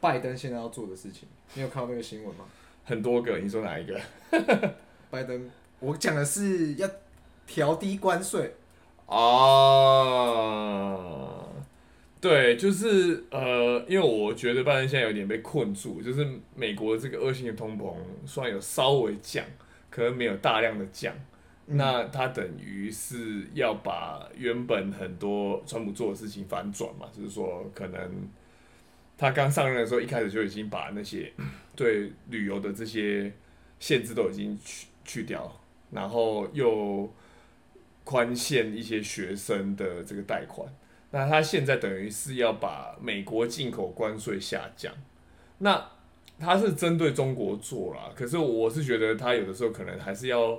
Speaker 2: 拜登现在要做的事情。你有看到那个新闻吗？
Speaker 1: 很多个，你说哪一个？
Speaker 2: 拜登，我讲的是要调低关税，
Speaker 1: 啊，对，就是呃，因为我觉得拜登现在有点被困住，就是美国这个恶性的通膨虽然有稍微降，可能没有大量的降，
Speaker 2: 嗯
Speaker 1: 那它等于是要把原本很多川普做的事情反转嘛，就是说可能他刚上任的时候，一开始就已经把那些 [clears throat] 对旅游的这些限制都已经去去掉，然后又宽限一些学生的这个贷款。那他现在等于是要把美国进口关税下降，那他是针对中国做啦，可是我是觉得他有的时候可能还是要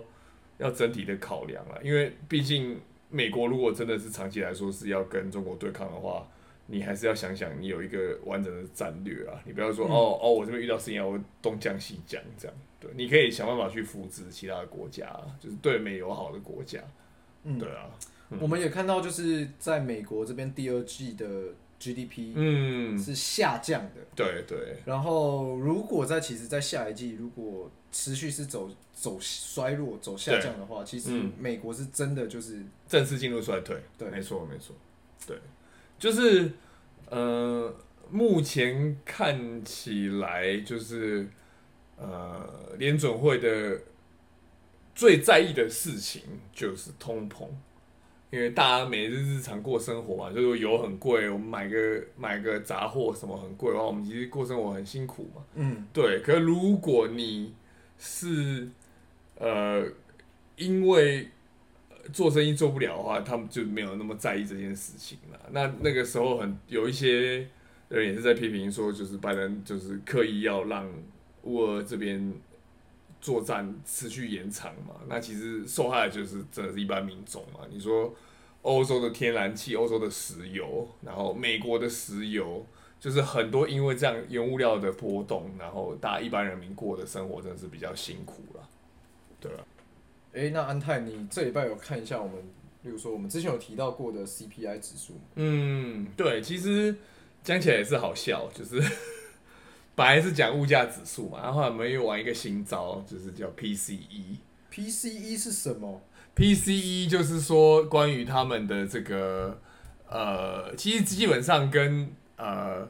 Speaker 1: 要整体的考量啊啦，因为毕竟美国如果真的是长期来说是要跟中国对抗的话，你还是要想想你有一个完整的战略啊，你不要说、哦哦我这边遇到事情啊我东降西降这样，对，你可以想办法去扶植其他的国家啊，就是对美友好的国家，
Speaker 2: 嗯
Speaker 1: 对啊，
Speaker 2: 我们也看到就是在美国这边第二季的 GDP
Speaker 1: 嗯，
Speaker 2: 是下降的。
Speaker 1: 对对，
Speaker 2: 然后，如果在其实，在下一季如果持续是走走衰落、走下降的话，其实
Speaker 1: 嗯
Speaker 2: 美国是真的就是
Speaker 1: 正式进入衰退，
Speaker 2: 对
Speaker 1: 没错没错，对，就是呃，目前看起来就是呃，联准会的最在意的事情就是通膨。因为大家每日日常过生活嘛，就是油很贵，我们买个买个杂货什么很贵，然后我们其实过生活很辛苦嘛。
Speaker 2: 嗯
Speaker 1: 对，可如果你是呃，因为呃做生意做不了的话，他们就没有那么在意这件事情了。那那个时候很有一些人也是在批评说，就是拜登就是刻意要让乌俄这边作战持续延长嘛。那其实受害的就是真的是一般民众嘛。你说欧洲的天然气、欧洲的石油，然后美国的石油。就是很多因为这样原物料的波动，然后大家一般人民过的生活真的是比较辛苦了。对啊，
Speaker 2: 诶，那安泰，你这礼拜有看一下我们，例如说我们之前有提到过的 CPI 指数吗？
Speaker 1: 嗯，对，其实讲起来也是好笑，就是 [laughs] 本来是讲物价指数嘛，然后我们又玩一个新招，就是叫 E PCE。
Speaker 2: PCE E 是什么？
Speaker 1: PCE E 就是说关于他们的这个呃，其实基本上跟呃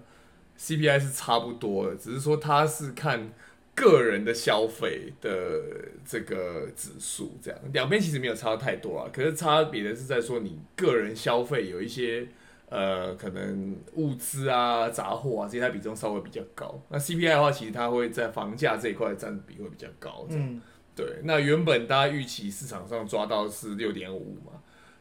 Speaker 1: CPI 是差不多的，只是说它是看个人的消费的这个指数，这样两边其实没有差太多啊，可是差别的是在说你个人消费有一些。呃，可能物资啊、杂货啊这些，它比重稍微比较高。那 CPI 的话，其实它会在房价这一块的占比会比较高。这样
Speaker 2: 嗯，
Speaker 1: 对，那原本大家预期市场上抓到是六点五嘛，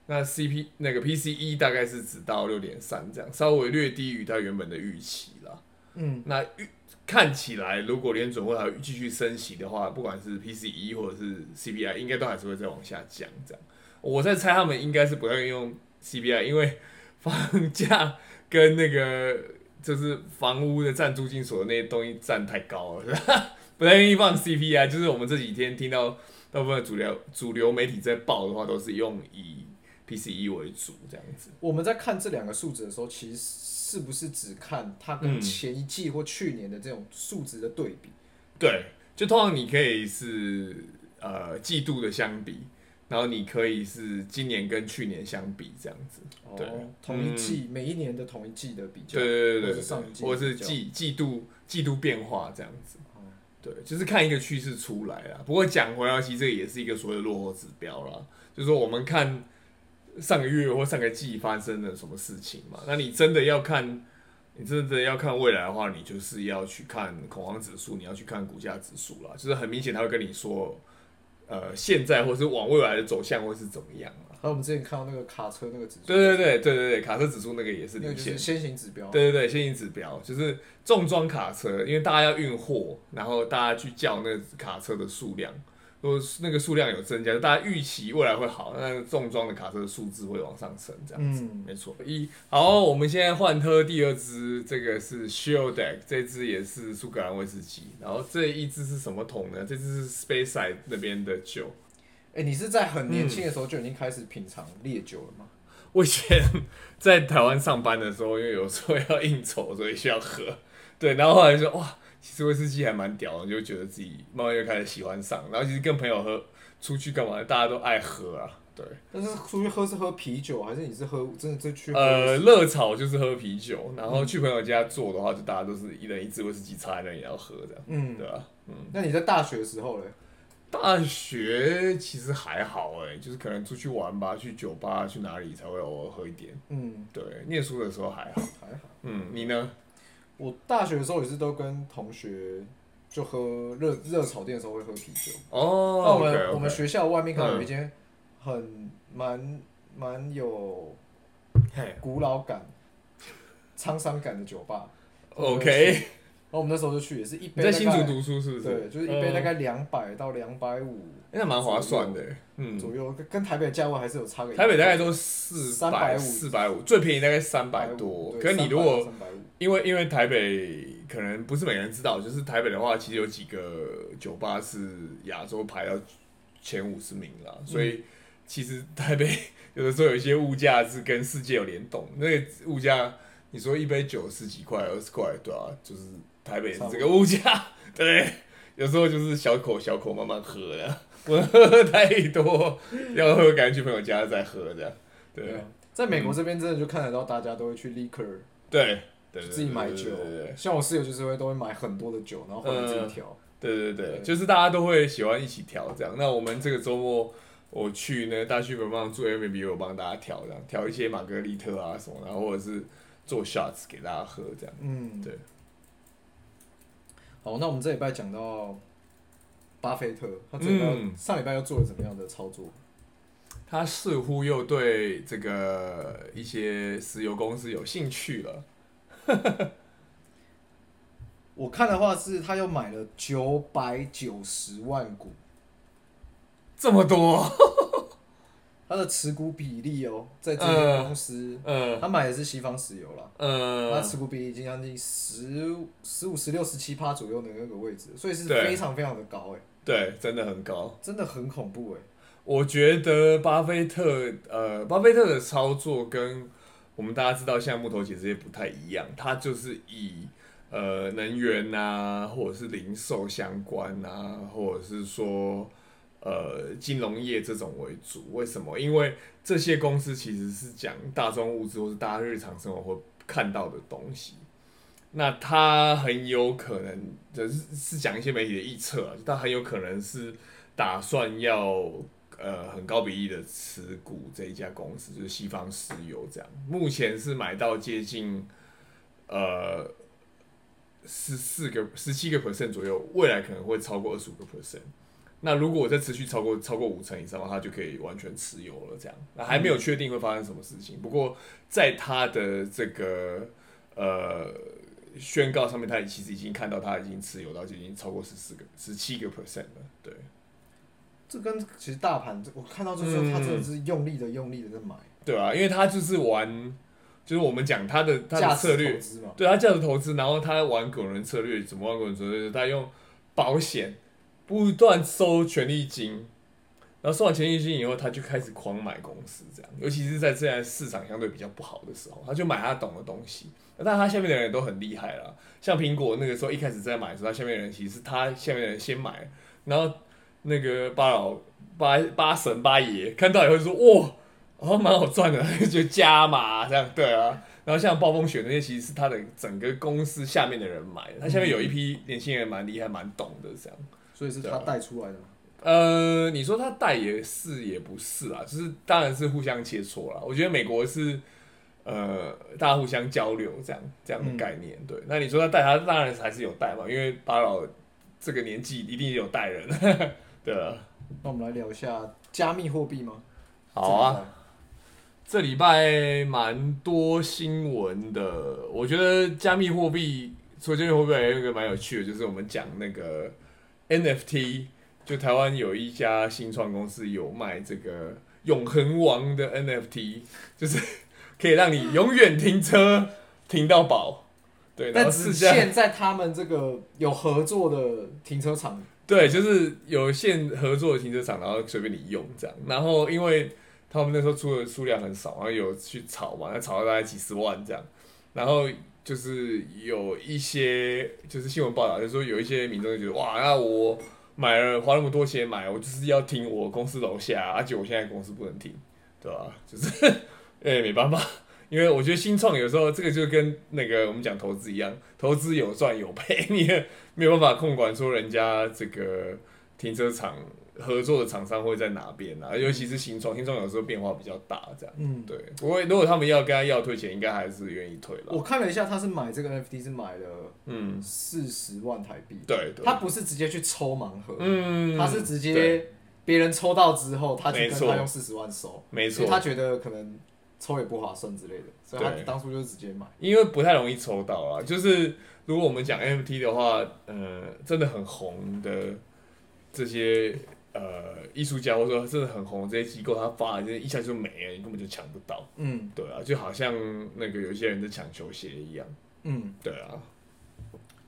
Speaker 1: 那 CP 那个 PCE 大概是只到六点三这样，稍微略低于它原本的预期啦。
Speaker 2: 嗯，
Speaker 1: 那预看起来，如果联准会还继续升息的话，不管是 PCE 或者是 CPI，应该都还是会再往下降这样。我在猜他们应该是不太用 CPI，因为房价跟那个就是房屋的占租金所得那些东西占太高了，不太愿意放 CPI。就是我们这几天听到大部分的主流主流媒体在报的话，都是用以 PCE 为主这样子。
Speaker 2: 我们在看这两个数值的时候，其实是不是只看它
Speaker 1: 嗯
Speaker 2: 跟前一季或去年的这种数值的对比？
Speaker 1: 对，就通常你可以是呃季度的相比，然后你可以是今年跟去年相比这样子。对嗯
Speaker 2: 哦，同一季、每一年的同一季的比较。
Speaker 1: 对对对对
Speaker 2: 或是上一
Speaker 1: 对，
Speaker 2: 季
Speaker 1: 或者是
Speaker 2: 比较
Speaker 1: 季季度季度变化这样子。
Speaker 2: 哦
Speaker 1: 对，就是看一个趋势出来啦。不过讲回来，其实这个也是一个所谓的落后指标啦，就是说我们看上个月或上个季发生了什么事情嘛。那你真的要看，你真的要看未来的话，你就是要去看恐慌指数，你要去看股价指数啦。就是很明显，他会跟你说，呃，现在或是往未来的走向会是怎么样啦。
Speaker 2: 还有我们之前看到那个卡车那个指数，
Speaker 1: 对对对对对对，卡车指数那个也是
Speaker 2: 那个
Speaker 1: 领
Speaker 2: 就
Speaker 1: 先
Speaker 2: 是
Speaker 1: 的。
Speaker 2: 先行指标。
Speaker 1: 对对对，先行指标就是重装卡车，因为大家要运货，然后大家去叫那个卡车的数量。如果那个数量有增加，大家预期未来会好，那重装的卡车的数字会往上升，这样子，
Speaker 2: 嗯
Speaker 1: 没错。一好，我们现在换喝第二支，这个是 Shield Deck，这支也是苏格兰威士忌，然后这一支是什么桶呢？这支是 Space Side 那边的酒。
Speaker 2: 哎、你是在很年
Speaker 1: 嗯
Speaker 2: 轻的时候就已经开始品尝烈酒了吗？
Speaker 1: 我以前 [laughs] 在台湾上班的时候，因为有时候要应酬，所以需要喝。对，然后后来就哇，其实威士忌还蛮屌的，就觉得自己慢慢就开始喜欢上。然后其实跟朋友喝出去干嘛，大家都爱喝啊。对，
Speaker 2: 但是出去喝是喝啤酒，啊还是你是喝真的就去喝？嗯
Speaker 1: 呃，热炒就是喝啤酒，然后去朋友家做的话，就大家都是一人一支威士忌插在那里，然后喝这样，
Speaker 2: 嗯，
Speaker 1: 对啊？
Speaker 2: 那你在大学的时候嘞？
Speaker 1: 大学其实还好哎、就是可能出去玩吧，去酒吧去哪里才会偶尔喝一点。
Speaker 2: 嗯，
Speaker 1: 对，念书的时候还好。
Speaker 2: 还好。
Speaker 1: 嗯，你呢？
Speaker 2: 我大学的时候也是都跟同学就喝热热炒店的时候会喝啤酒。那
Speaker 1: 哦
Speaker 2: 我们
Speaker 1: OK，OK
Speaker 2: 我们学校外面刚好有
Speaker 1: 嗯
Speaker 2: 一间很蛮蛮有
Speaker 1: 嘿
Speaker 2: 古老感、沧桑感的酒吧。
Speaker 1: ，OK，
Speaker 2: 然后我们那时候就去，也是一
Speaker 1: 你
Speaker 2: 杯
Speaker 1: 在
Speaker 2: 哦大
Speaker 1: 新
Speaker 2: 概
Speaker 1: 竹读书是不是？
Speaker 2: 对，就是一杯大概两百到两百五
Speaker 1: 嗯，那蛮划算的。嗯，
Speaker 2: 左右，跟跟台北的价位还是有差个一
Speaker 1: 台北大概都四百、
Speaker 2: 350
Speaker 1: 四百五，最便宜大概三百多。可是你如果
Speaker 2: 三百五，
Speaker 1: 因为因为台北可能不是每个人知道，就是台北的话，其实有几个酒吧是亚洲排到前五十名啦，
Speaker 2: 嗯
Speaker 1: 所以其实台北 [laughs] 有的时候有一些物价是跟世界有联动，那个物价你说一杯酒十几块、二十块，对啊，就是台北是这个物
Speaker 2: [laughs]
Speaker 1: 价，对，有时候就是小口小口慢慢喝的，不能喝太多，要喝赶紧去朋友家再喝这样，对嗯
Speaker 2: 对啊，在美国这边真的就看得到，大家都会去 liquor
Speaker 1: 对对，对
Speaker 2: 自己买酒
Speaker 1: 对对对对，
Speaker 2: 像我室友就是会都会买很多的酒，然后回来自己调。
Speaker 1: 对对对，
Speaker 2: 对
Speaker 1: 就是大家都会喜欢一起调这样。那我们这个周末我去呢，大区本帮做 M B，我帮大家调这样，调一些玛格丽特啊什么的，然后或者是做 shots 给大家喝这样。
Speaker 2: 嗯，
Speaker 1: 呃对。
Speaker 2: 好，那我们这礼拜讲到巴菲特，他这礼拜、
Speaker 1: 嗯
Speaker 2: 上礼拜又做了怎么样的操作？
Speaker 1: 他似乎又对这个一些石油公司有兴趣了。
Speaker 2: 我看的话是，他又买了九百九十万股，
Speaker 1: 这么多，
Speaker 2: 他的持股比例哦，在这
Speaker 1: 呃
Speaker 2: 间公司，
Speaker 1: 呃
Speaker 2: 他买的是西方石油啦。它
Speaker 1: 呃，
Speaker 2: 持股比例已经将近十十五、十六、十七趴左右的那个位置，所以是
Speaker 1: 对
Speaker 2: 非常非常的高哎、
Speaker 1: 对，真的很高。
Speaker 2: 真的很恐怖哎、
Speaker 1: 我觉得巴菲特，呃，巴菲特的操作跟我们大家知道现在木头姐这些不太一样，他就是以呃能源啊，或者是零售相关啊，或者是说呃金融业这种为主。为什么？因为这些公司其实是讲大众物资或是大家日常生活会看到的东西。那他很有可能，就是是讲一些媒体的臆测、啊，他很有可能是打算要呃很高比例的持股这一家公司，就是西方石油这样。目前是买到接近呃十四个十七个 percent 左右，未来可能会超过二十五个 percent。那如果再持续超过超过五成以上的话，它就可以完全持有了。这样，那还没有确定会发生什么事情。不过在它的这个呃宣告上面，它其实已经看到它已经持有到接近超过十四个十七个 percent 了。对，
Speaker 2: 这跟其实大盘，我看到就是
Speaker 1: 嗯
Speaker 2: 他真的是用力的、用力的在买
Speaker 1: 对啊，因为他就是玩，就是我们讲他的他
Speaker 2: 价
Speaker 1: 的
Speaker 2: 值
Speaker 1: 策
Speaker 2: 投
Speaker 1: 略，
Speaker 2: 资嘛。
Speaker 1: 对他价值投资，然后他玩滚轮策略，怎么玩滚轮策略？他用保险不断收权利金，然后收完权利金以后，他就开始狂买公司，这样，尤其是在现在市场相对比较不好的时候，他就买他懂的东西。但他下面的人都很厉害啦，像苹果那个时候一开始在买的时候，他下面的人其实是他下面的人先买，然后那个八老八八神八爷看到以后就说哇，好像蛮好赚的，就加码这样，对啊。然后像暴风雪那些，其实是他的整个公司下面的人买的，他下面有一批年轻人蛮厉害、蛮懂的这样。
Speaker 2: 所以是
Speaker 1: 对
Speaker 2: 他
Speaker 1: 啊
Speaker 2: 带出来的嘛。
Speaker 1: 呃，你说他带也是也不是啦，就是当然是互相切磋啦。我觉得美国是呃大家互相交流这样这样的概念，对。那你说他带他当然还是有带嘛，因为巴老这个年纪一定也有带人， [laughs] 对啊。
Speaker 2: 那我们来聊一下加密货币吗？
Speaker 1: 好啊，这礼拜蛮多新闻的，我觉得加密货币，除了加密货币，还有一个蛮有趣的，就是我们讲那个 NFT 就台湾有一家新创公司有卖这个永恒王的 NFT，就是可以让你永远停车停到饱。对，然
Speaker 2: 但
Speaker 1: 后
Speaker 2: 只
Speaker 1: 试驾
Speaker 2: 限在他们这个有合作的停车场。
Speaker 1: 对，就是有限合作的停车场，然后随便你用这样。然后因为他们那时候出的数量很少，然后有去炒嘛，那炒到大概几十万这样。然后就是有一些就是新闻报道，就说有一些民众就觉得哇，那我买了花那么多钱买，我就是要停我公司楼下，而且我现在公司不能停，对吧、就是 [laughs] 哎、没办法。因为我觉得新创有时候这个就跟那个我们讲投资一样，投资有赚有赔，你也没有办法控管说人家这个停车场合作的厂商会在哪边啊，尤其是新创，新创有时候变化比较大，这样
Speaker 2: 嗯，
Speaker 1: 对。啊不过如果他们要跟他要退钱，应该还是愿意退
Speaker 2: 我
Speaker 1: 了。
Speaker 2: 看了一下，他是买这个 NFT 是买了
Speaker 1: 嗯，
Speaker 2: 四十万台币，
Speaker 1: 对对，
Speaker 2: 他不是直接去抽盲盒，
Speaker 1: 嗯，
Speaker 2: 他是直
Speaker 1: 对
Speaker 2: 接别人抽到之后，他去
Speaker 1: 没
Speaker 2: 跟
Speaker 1: 错
Speaker 2: 他用四十万收，
Speaker 1: 没
Speaker 2: 所
Speaker 1: 错
Speaker 2: 以，他觉得可能抽也不划算之类的，所以他
Speaker 1: 对
Speaker 2: 当初就直接买。
Speaker 1: 因为不太容易抽到啊。就是如果我们讲 NFT 的话，呃，真的很红的这些呃艺术家，或者说真的很红的这些机构，他发的这一下就没了，你根本就抢不到。
Speaker 2: 嗯
Speaker 1: 对啊，就好像那个有些人在抢球鞋一样。
Speaker 2: 嗯，
Speaker 1: 对啊，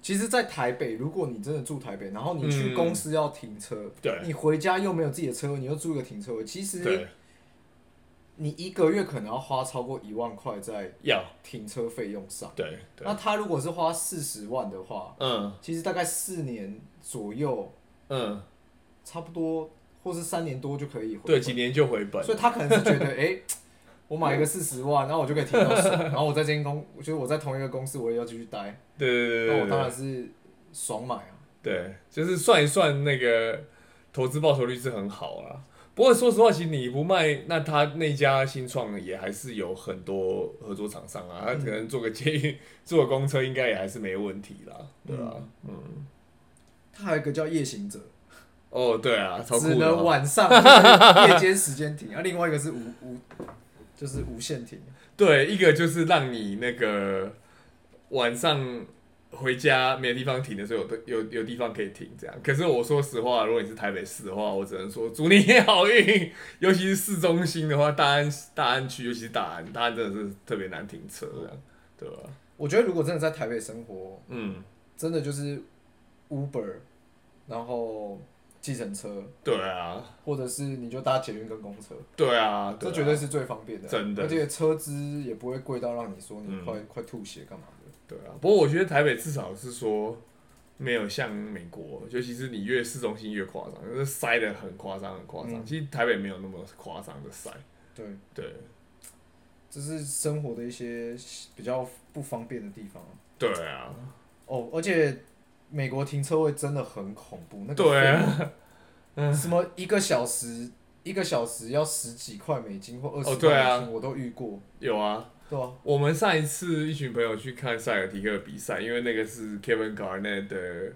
Speaker 2: 其实，在台北，如果你真的住台北，然后你
Speaker 1: 嗯
Speaker 2: 去公司要停车，
Speaker 1: 对
Speaker 2: 你回家又没有自己的车位，你又租一个停车位，其实
Speaker 1: 对，
Speaker 2: 你一个月可能要花超过一万块在
Speaker 1: 要
Speaker 2: 停车费用上。
Speaker 1: 对对
Speaker 2: 那，他如果是花四十万的话，
Speaker 1: 嗯
Speaker 2: 其实大概四年左右，
Speaker 1: 嗯，
Speaker 2: 差不多或是三年多就可以回
Speaker 1: 对，
Speaker 2: 本。
Speaker 1: 几年就回本。
Speaker 2: 所以他可能
Speaker 1: [laughs]
Speaker 2: 是觉得，哎、我买一个四十万，然后我就可以停到手，然后我在这间公，就是我在同一个公司，我也要继续待，
Speaker 1: 对对对
Speaker 2: 那
Speaker 1: 对
Speaker 2: 我
Speaker 1: 对
Speaker 2: 当然是爽买啊。
Speaker 1: 对，就是算一算那个投资报酬率是很好啊。不过说实话，其实你不卖，那他那家新创也还是有很多合作厂商啊，他
Speaker 2: 嗯
Speaker 1: 可能做个捷运、做个公车，应该也还是没问题啦，对吧、嗯，
Speaker 2: 他还有一个叫夜行者，
Speaker 1: 哦，对啊，超
Speaker 2: 只
Speaker 1: 酷
Speaker 2: 能
Speaker 1: 的啊。
Speaker 2: 晚上就是夜间时间停，啊，另外一个是无无，就是无限停。
Speaker 1: 对，一个就是让你那个晚上回家没地方停的时候，有地有有地方可以停这样。可是我说实话，如果你是台北市的话，我只能说祝你好运。尤其是啊市中心的话，大安大安区，尤其是大安，大安真的是特别难停车这样，对吧？
Speaker 2: 我觉得如果真的在台北生活，
Speaker 1: 嗯，
Speaker 2: 真的就是 Uber，然后计程车，
Speaker 1: 对啊，
Speaker 2: 或者是你就搭捷运跟公车，
Speaker 1: 对啊，
Speaker 2: 这
Speaker 1: 啊
Speaker 2: 绝对是最方便的，
Speaker 1: 真的
Speaker 2: 而且车资也不会贵到让你说你
Speaker 1: 嗯
Speaker 2: 快、快吐血干嘛的。
Speaker 1: 对啊。不过我觉得台北至少是说。没有像美国，尤其是你越市中心越夸张，就是塞的很夸张，很夸张。
Speaker 2: 嗯
Speaker 1: 其实台北没有那么夸张的塞，
Speaker 2: 对，
Speaker 1: 对，
Speaker 2: 这是生活的一些比较不方便的地方
Speaker 1: 对啊，
Speaker 2: 哦。而且美国停车位真的很恐怖，那个
Speaker 1: 对
Speaker 2: 费
Speaker 1: 啊，
Speaker 2: 用什么一个小时一个小时要十几块美金或二十
Speaker 1: 哦
Speaker 2: 块
Speaker 1: 对
Speaker 2: 美
Speaker 1: 啊
Speaker 2: 金，我都遇过，
Speaker 1: 有啊。
Speaker 2: 对啊，
Speaker 1: 我们上一次一群朋友去看塞尔提克的比赛，因为那个是 Kevin Garnett 的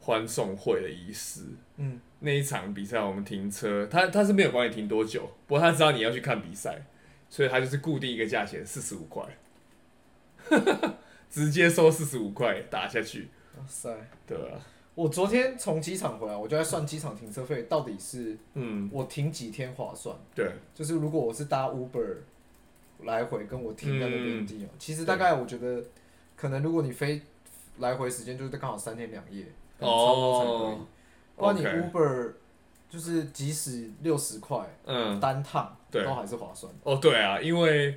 Speaker 1: 欢送会的仪式。
Speaker 2: 嗯，
Speaker 1: 那一场比赛我们停车，他他是没有管你停多久，不过他知道你要去看比赛，所以他就是固定一个价钱四十五块， [laughs] 直接收四十五块打下去，
Speaker 2: 哇塞！
Speaker 1: 对吧、
Speaker 2: 我昨天从机场回来，我就在算机场停车费到底是
Speaker 1: 嗯，
Speaker 2: 我停几天划算。
Speaker 1: 对，
Speaker 2: 就是如果我是搭 Uber 来回，跟我停在那边
Speaker 1: 嗯
Speaker 2: 的地方，其实大概我觉得，可能如果你飞来回时间就是刚好三天两夜，可能差不多才可以
Speaker 1: 哦。
Speaker 2: 不然你
Speaker 1: OK
Speaker 2: Uber 就是即使六十块
Speaker 1: 嗯，
Speaker 2: 单趟，
Speaker 1: 对
Speaker 2: 都还是划算。
Speaker 1: 哦，对啊，因为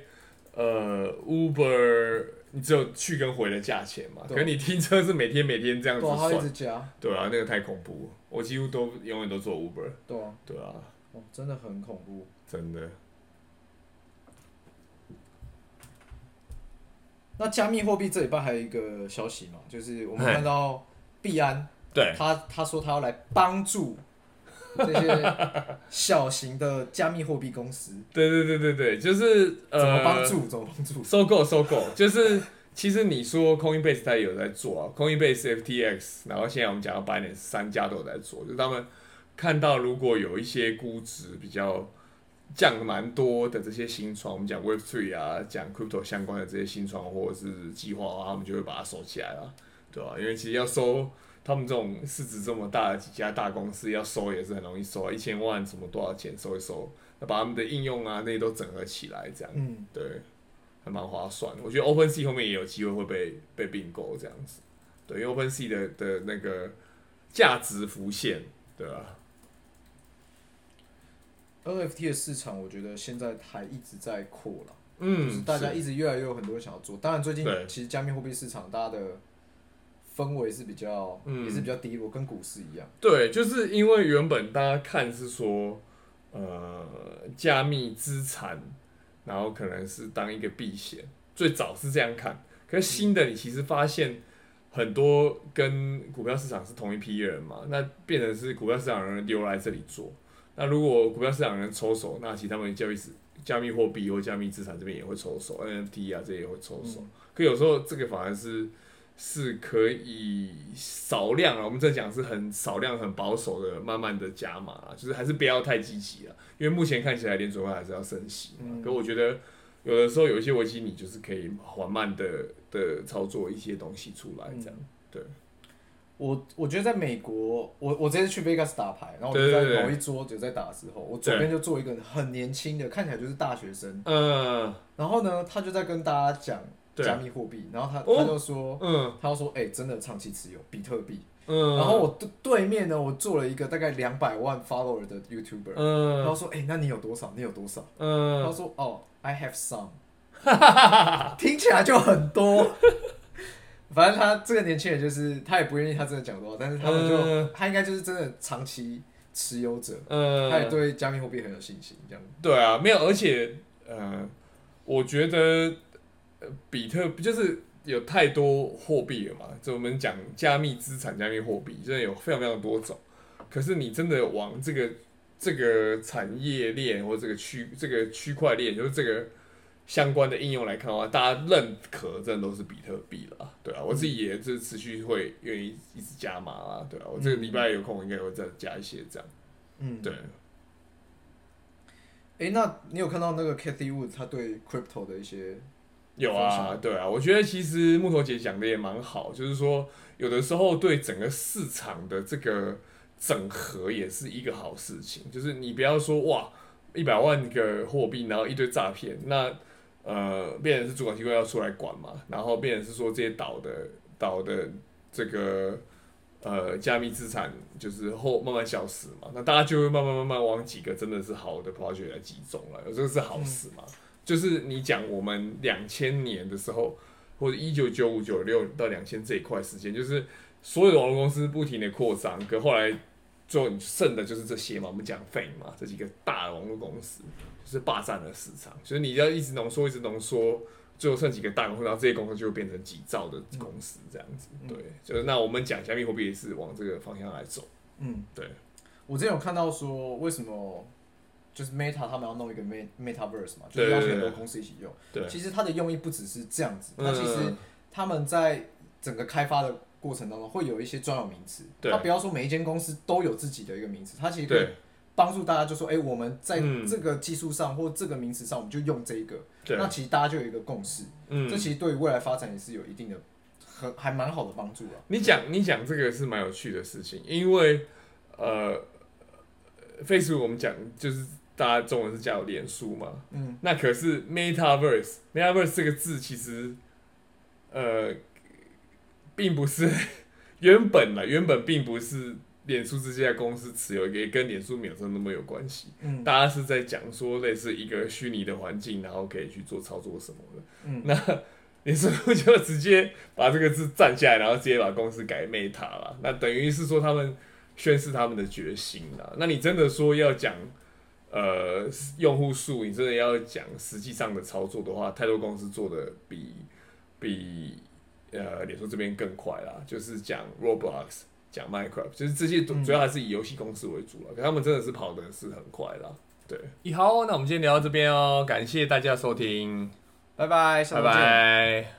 Speaker 1: 呃，Uber 你只有去跟回的价钱嘛，
Speaker 2: 对啊
Speaker 1: 可是你停车是每天每天这样子
Speaker 2: 对啊，它一
Speaker 1: 算，
Speaker 2: 直加，
Speaker 1: 对啊，那个太恐怖了，我几乎都永远都做 Uber，
Speaker 2: 对啊，
Speaker 1: 对啊，
Speaker 2: 哦，真的很恐怖。
Speaker 1: 真的，
Speaker 2: 那加密货币这礼拜还有一个消息嘛，就是我们
Speaker 1: 嘿
Speaker 2: 看到币安
Speaker 1: 对，
Speaker 2: 他他说他要来帮助这些小型的加密货币公司，
Speaker 1: 对对对对对，就是呃，
Speaker 2: 怎么帮助？怎么帮 [laughs] 助？
Speaker 1: 收购收购， [laughs] 就是其实你说 Coinbase 它也有在做啊，Coinbase、FTX，然后现在我们讲到 Binance 三家都有在做，就是他们看到如果有一些估值比较降蛮多的这些新创，我们讲 Web Three 啊，讲 Crypto 相关的这些新创或者是计划啊，他们就会把它收起来啊，对吧、因为其实要收他们这种市值这么大的几家大公司要收也是很容易收啊，一千万什么多少钱收一收，那把他们的应用啊那些都整合起来，这样
Speaker 2: 嗯，
Speaker 1: 对，还蛮划算的。我觉得 OpenSea 后面也有机会会被被并购这样子，对，因为 OpenSea 的的那个价值浮现，对吧、
Speaker 2: NFT 的市场，我觉得现在还一直在扩了，就是
Speaker 1: 嗯，
Speaker 2: 大家
Speaker 1: 是
Speaker 2: 一直越来越有很多人想要做。当然，最近
Speaker 1: 对
Speaker 2: 其实加密货币市场大家的氛围是比较，
Speaker 1: 嗯
Speaker 2: 也是比较低落，跟股市一样。
Speaker 1: 对，就是因为原本大家看是说，呃，加密资产，然后可能是当一个避险，最早是这样看。可是新的你其实发现很多跟股票市场是同一批人嘛，那变成是股票市场的人留来这里做。那如果股票市场的人抽手，那其实他们交易市加密货币或加密资产这边也会抽手，NFT 啊这些也会抽手。
Speaker 2: 嗯
Speaker 1: 可有时候这个反而是是可以少量啊，我们这讲是很少量、很保守的，慢慢的加码啊，就是还是不要太积极了，因为目前看起来联储会还是要升息嘛。可我觉得有的时候有一些危机，你就是可以缓慢的的操作一些东西出来，这样、对。
Speaker 2: 嗯我我觉得在美国，我我这次去 Vegas 打牌，然后我就
Speaker 1: 对对
Speaker 2: 在
Speaker 1: 对
Speaker 2: 某一桌有在打的时候，我左边就坐一个很年轻的，看起来就是大学生，
Speaker 1: 嗯
Speaker 2: 然后呢，他就在跟大家讲
Speaker 1: 对
Speaker 2: 加密货币，然后他
Speaker 1: 哦
Speaker 2: 他就说，
Speaker 1: 嗯
Speaker 2: 他就说，哎、真的长期持有比特币。
Speaker 1: 嗯，
Speaker 2: 然后我对对面呢，我做了一个大概两百万 follower 的 YouTuber，、然后
Speaker 1: 嗯
Speaker 2: 说，哎、那你有多少？你有多少？他
Speaker 1: 嗯，
Speaker 2: 说，哦，I
Speaker 1: [laughs]
Speaker 2: have some，听起来就很多。 [laughs] 反正他这个年轻人就是他也不愿意他真的讲多少，但是他们就、
Speaker 1: 嗯
Speaker 2: 他应该就是真的长期持有者，
Speaker 1: 嗯
Speaker 2: 他也对加密货币很有信心，这样。
Speaker 1: 对啊，没有，而且呃，我觉得呃比特币就是有太多货币了嘛，就我们讲加密资产、加密货币，真的有非常非常多种。可是你真的往这个这个产业链或这个区这个区块链，就是这个相关的应用来看的话，大家认可真的都是比特币了，对啊，我自己也是持续会愿意一直加码啊，对啊，我这个礼拜有空应该会再加一些这样，
Speaker 2: 嗯，
Speaker 1: 对。啊
Speaker 2: 哎、那你有看到那个 Kathy Wood 他对 crypto 的一些，
Speaker 1: 有
Speaker 2: 分
Speaker 1: 啊，
Speaker 2: 享
Speaker 1: 对啊，我觉得其实木头姐讲的也蛮好，就是说有的时候对整个市场的这个整合也是一个好事情，就是你不要说哇一百万个货币，然后一堆诈骗，那呃，变成是主管机关要出来管嘛，然后变成是说这些岛的岛的这个呃加密资产就是后慢慢消失嘛，那大家就会慢慢慢慢往几个真的是好的 project 来集中了，这个是好事嘛。就是你讲我们两千年的时候，或者一九九五九六到两千这一块时间，就是所有的网络公司不停的扩张，可后来最后剩的就是这些嘛，我们讲 f a 嘛，这几个大的网络公司就是霸占了市场，就是你要一直浓缩，一直浓缩。最后剩几个大公司，然后这些公司就会变成几兆的公司这样子，对，就是那我们讲加密货币也是往这个方向来走，
Speaker 2: 嗯，
Speaker 1: 对，
Speaker 2: 我之前有看到说为什么就是 Meta 他们要弄一个 Met Metaverse 嘛，就是邀请很多公司一起用。
Speaker 1: 对，
Speaker 2: 其实它的用意不只是这样子，它
Speaker 1: 嗯
Speaker 2: 其实他们在整个开发的过程当中会有一些专有名词，
Speaker 1: 对
Speaker 2: 它不要说每一间公司都有自己的一个名词，它其实可以
Speaker 1: 对
Speaker 2: 帮助大家就说，哎、我们在
Speaker 1: 嗯
Speaker 2: 这个技术上或这个名词上，我们就用这一个，
Speaker 1: 对
Speaker 2: 那，其实大家就有一个共识，
Speaker 1: 嗯
Speaker 2: 这其实对于未来发展也是有一定的很还蛮好的帮助啊。
Speaker 1: 你讲你讲这个是蛮有趣的事情，因为呃，Facebook 我们讲就是大家中文是叫脸书嘛，
Speaker 2: 嗯，
Speaker 1: 那可是 Metaverse，Metaverse 这个字其实呃，并不是原本呢，原本并不是脸书这家公司持有一个，也跟脸书没有那么有关系。
Speaker 2: 嗯
Speaker 1: 大家是在讲说类似一个虚拟的环境，然后可以去做操作什么的。
Speaker 2: 嗯
Speaker 1: 那脸书就直接把这个字占下来，然后直接把公司改 Meta 了。那等于是说他们宣示他们的决心了。那你真的说要讲呃用户数，你真的要讲实际上的操作的话，太多公司做的比比呃脸书这边更快啦，就是讲 Roblox。讲 Minecraft，就是这些主主要还是以游戏公司为主了，可他们真的是跑的是很快啦。对，好，那我们今天聊到这边哦，感谢大家收听，
Speaker 2: 拜拜，
Speaker 1: 拜
Speaker 2: 下周见。
Speaker 1: 拜。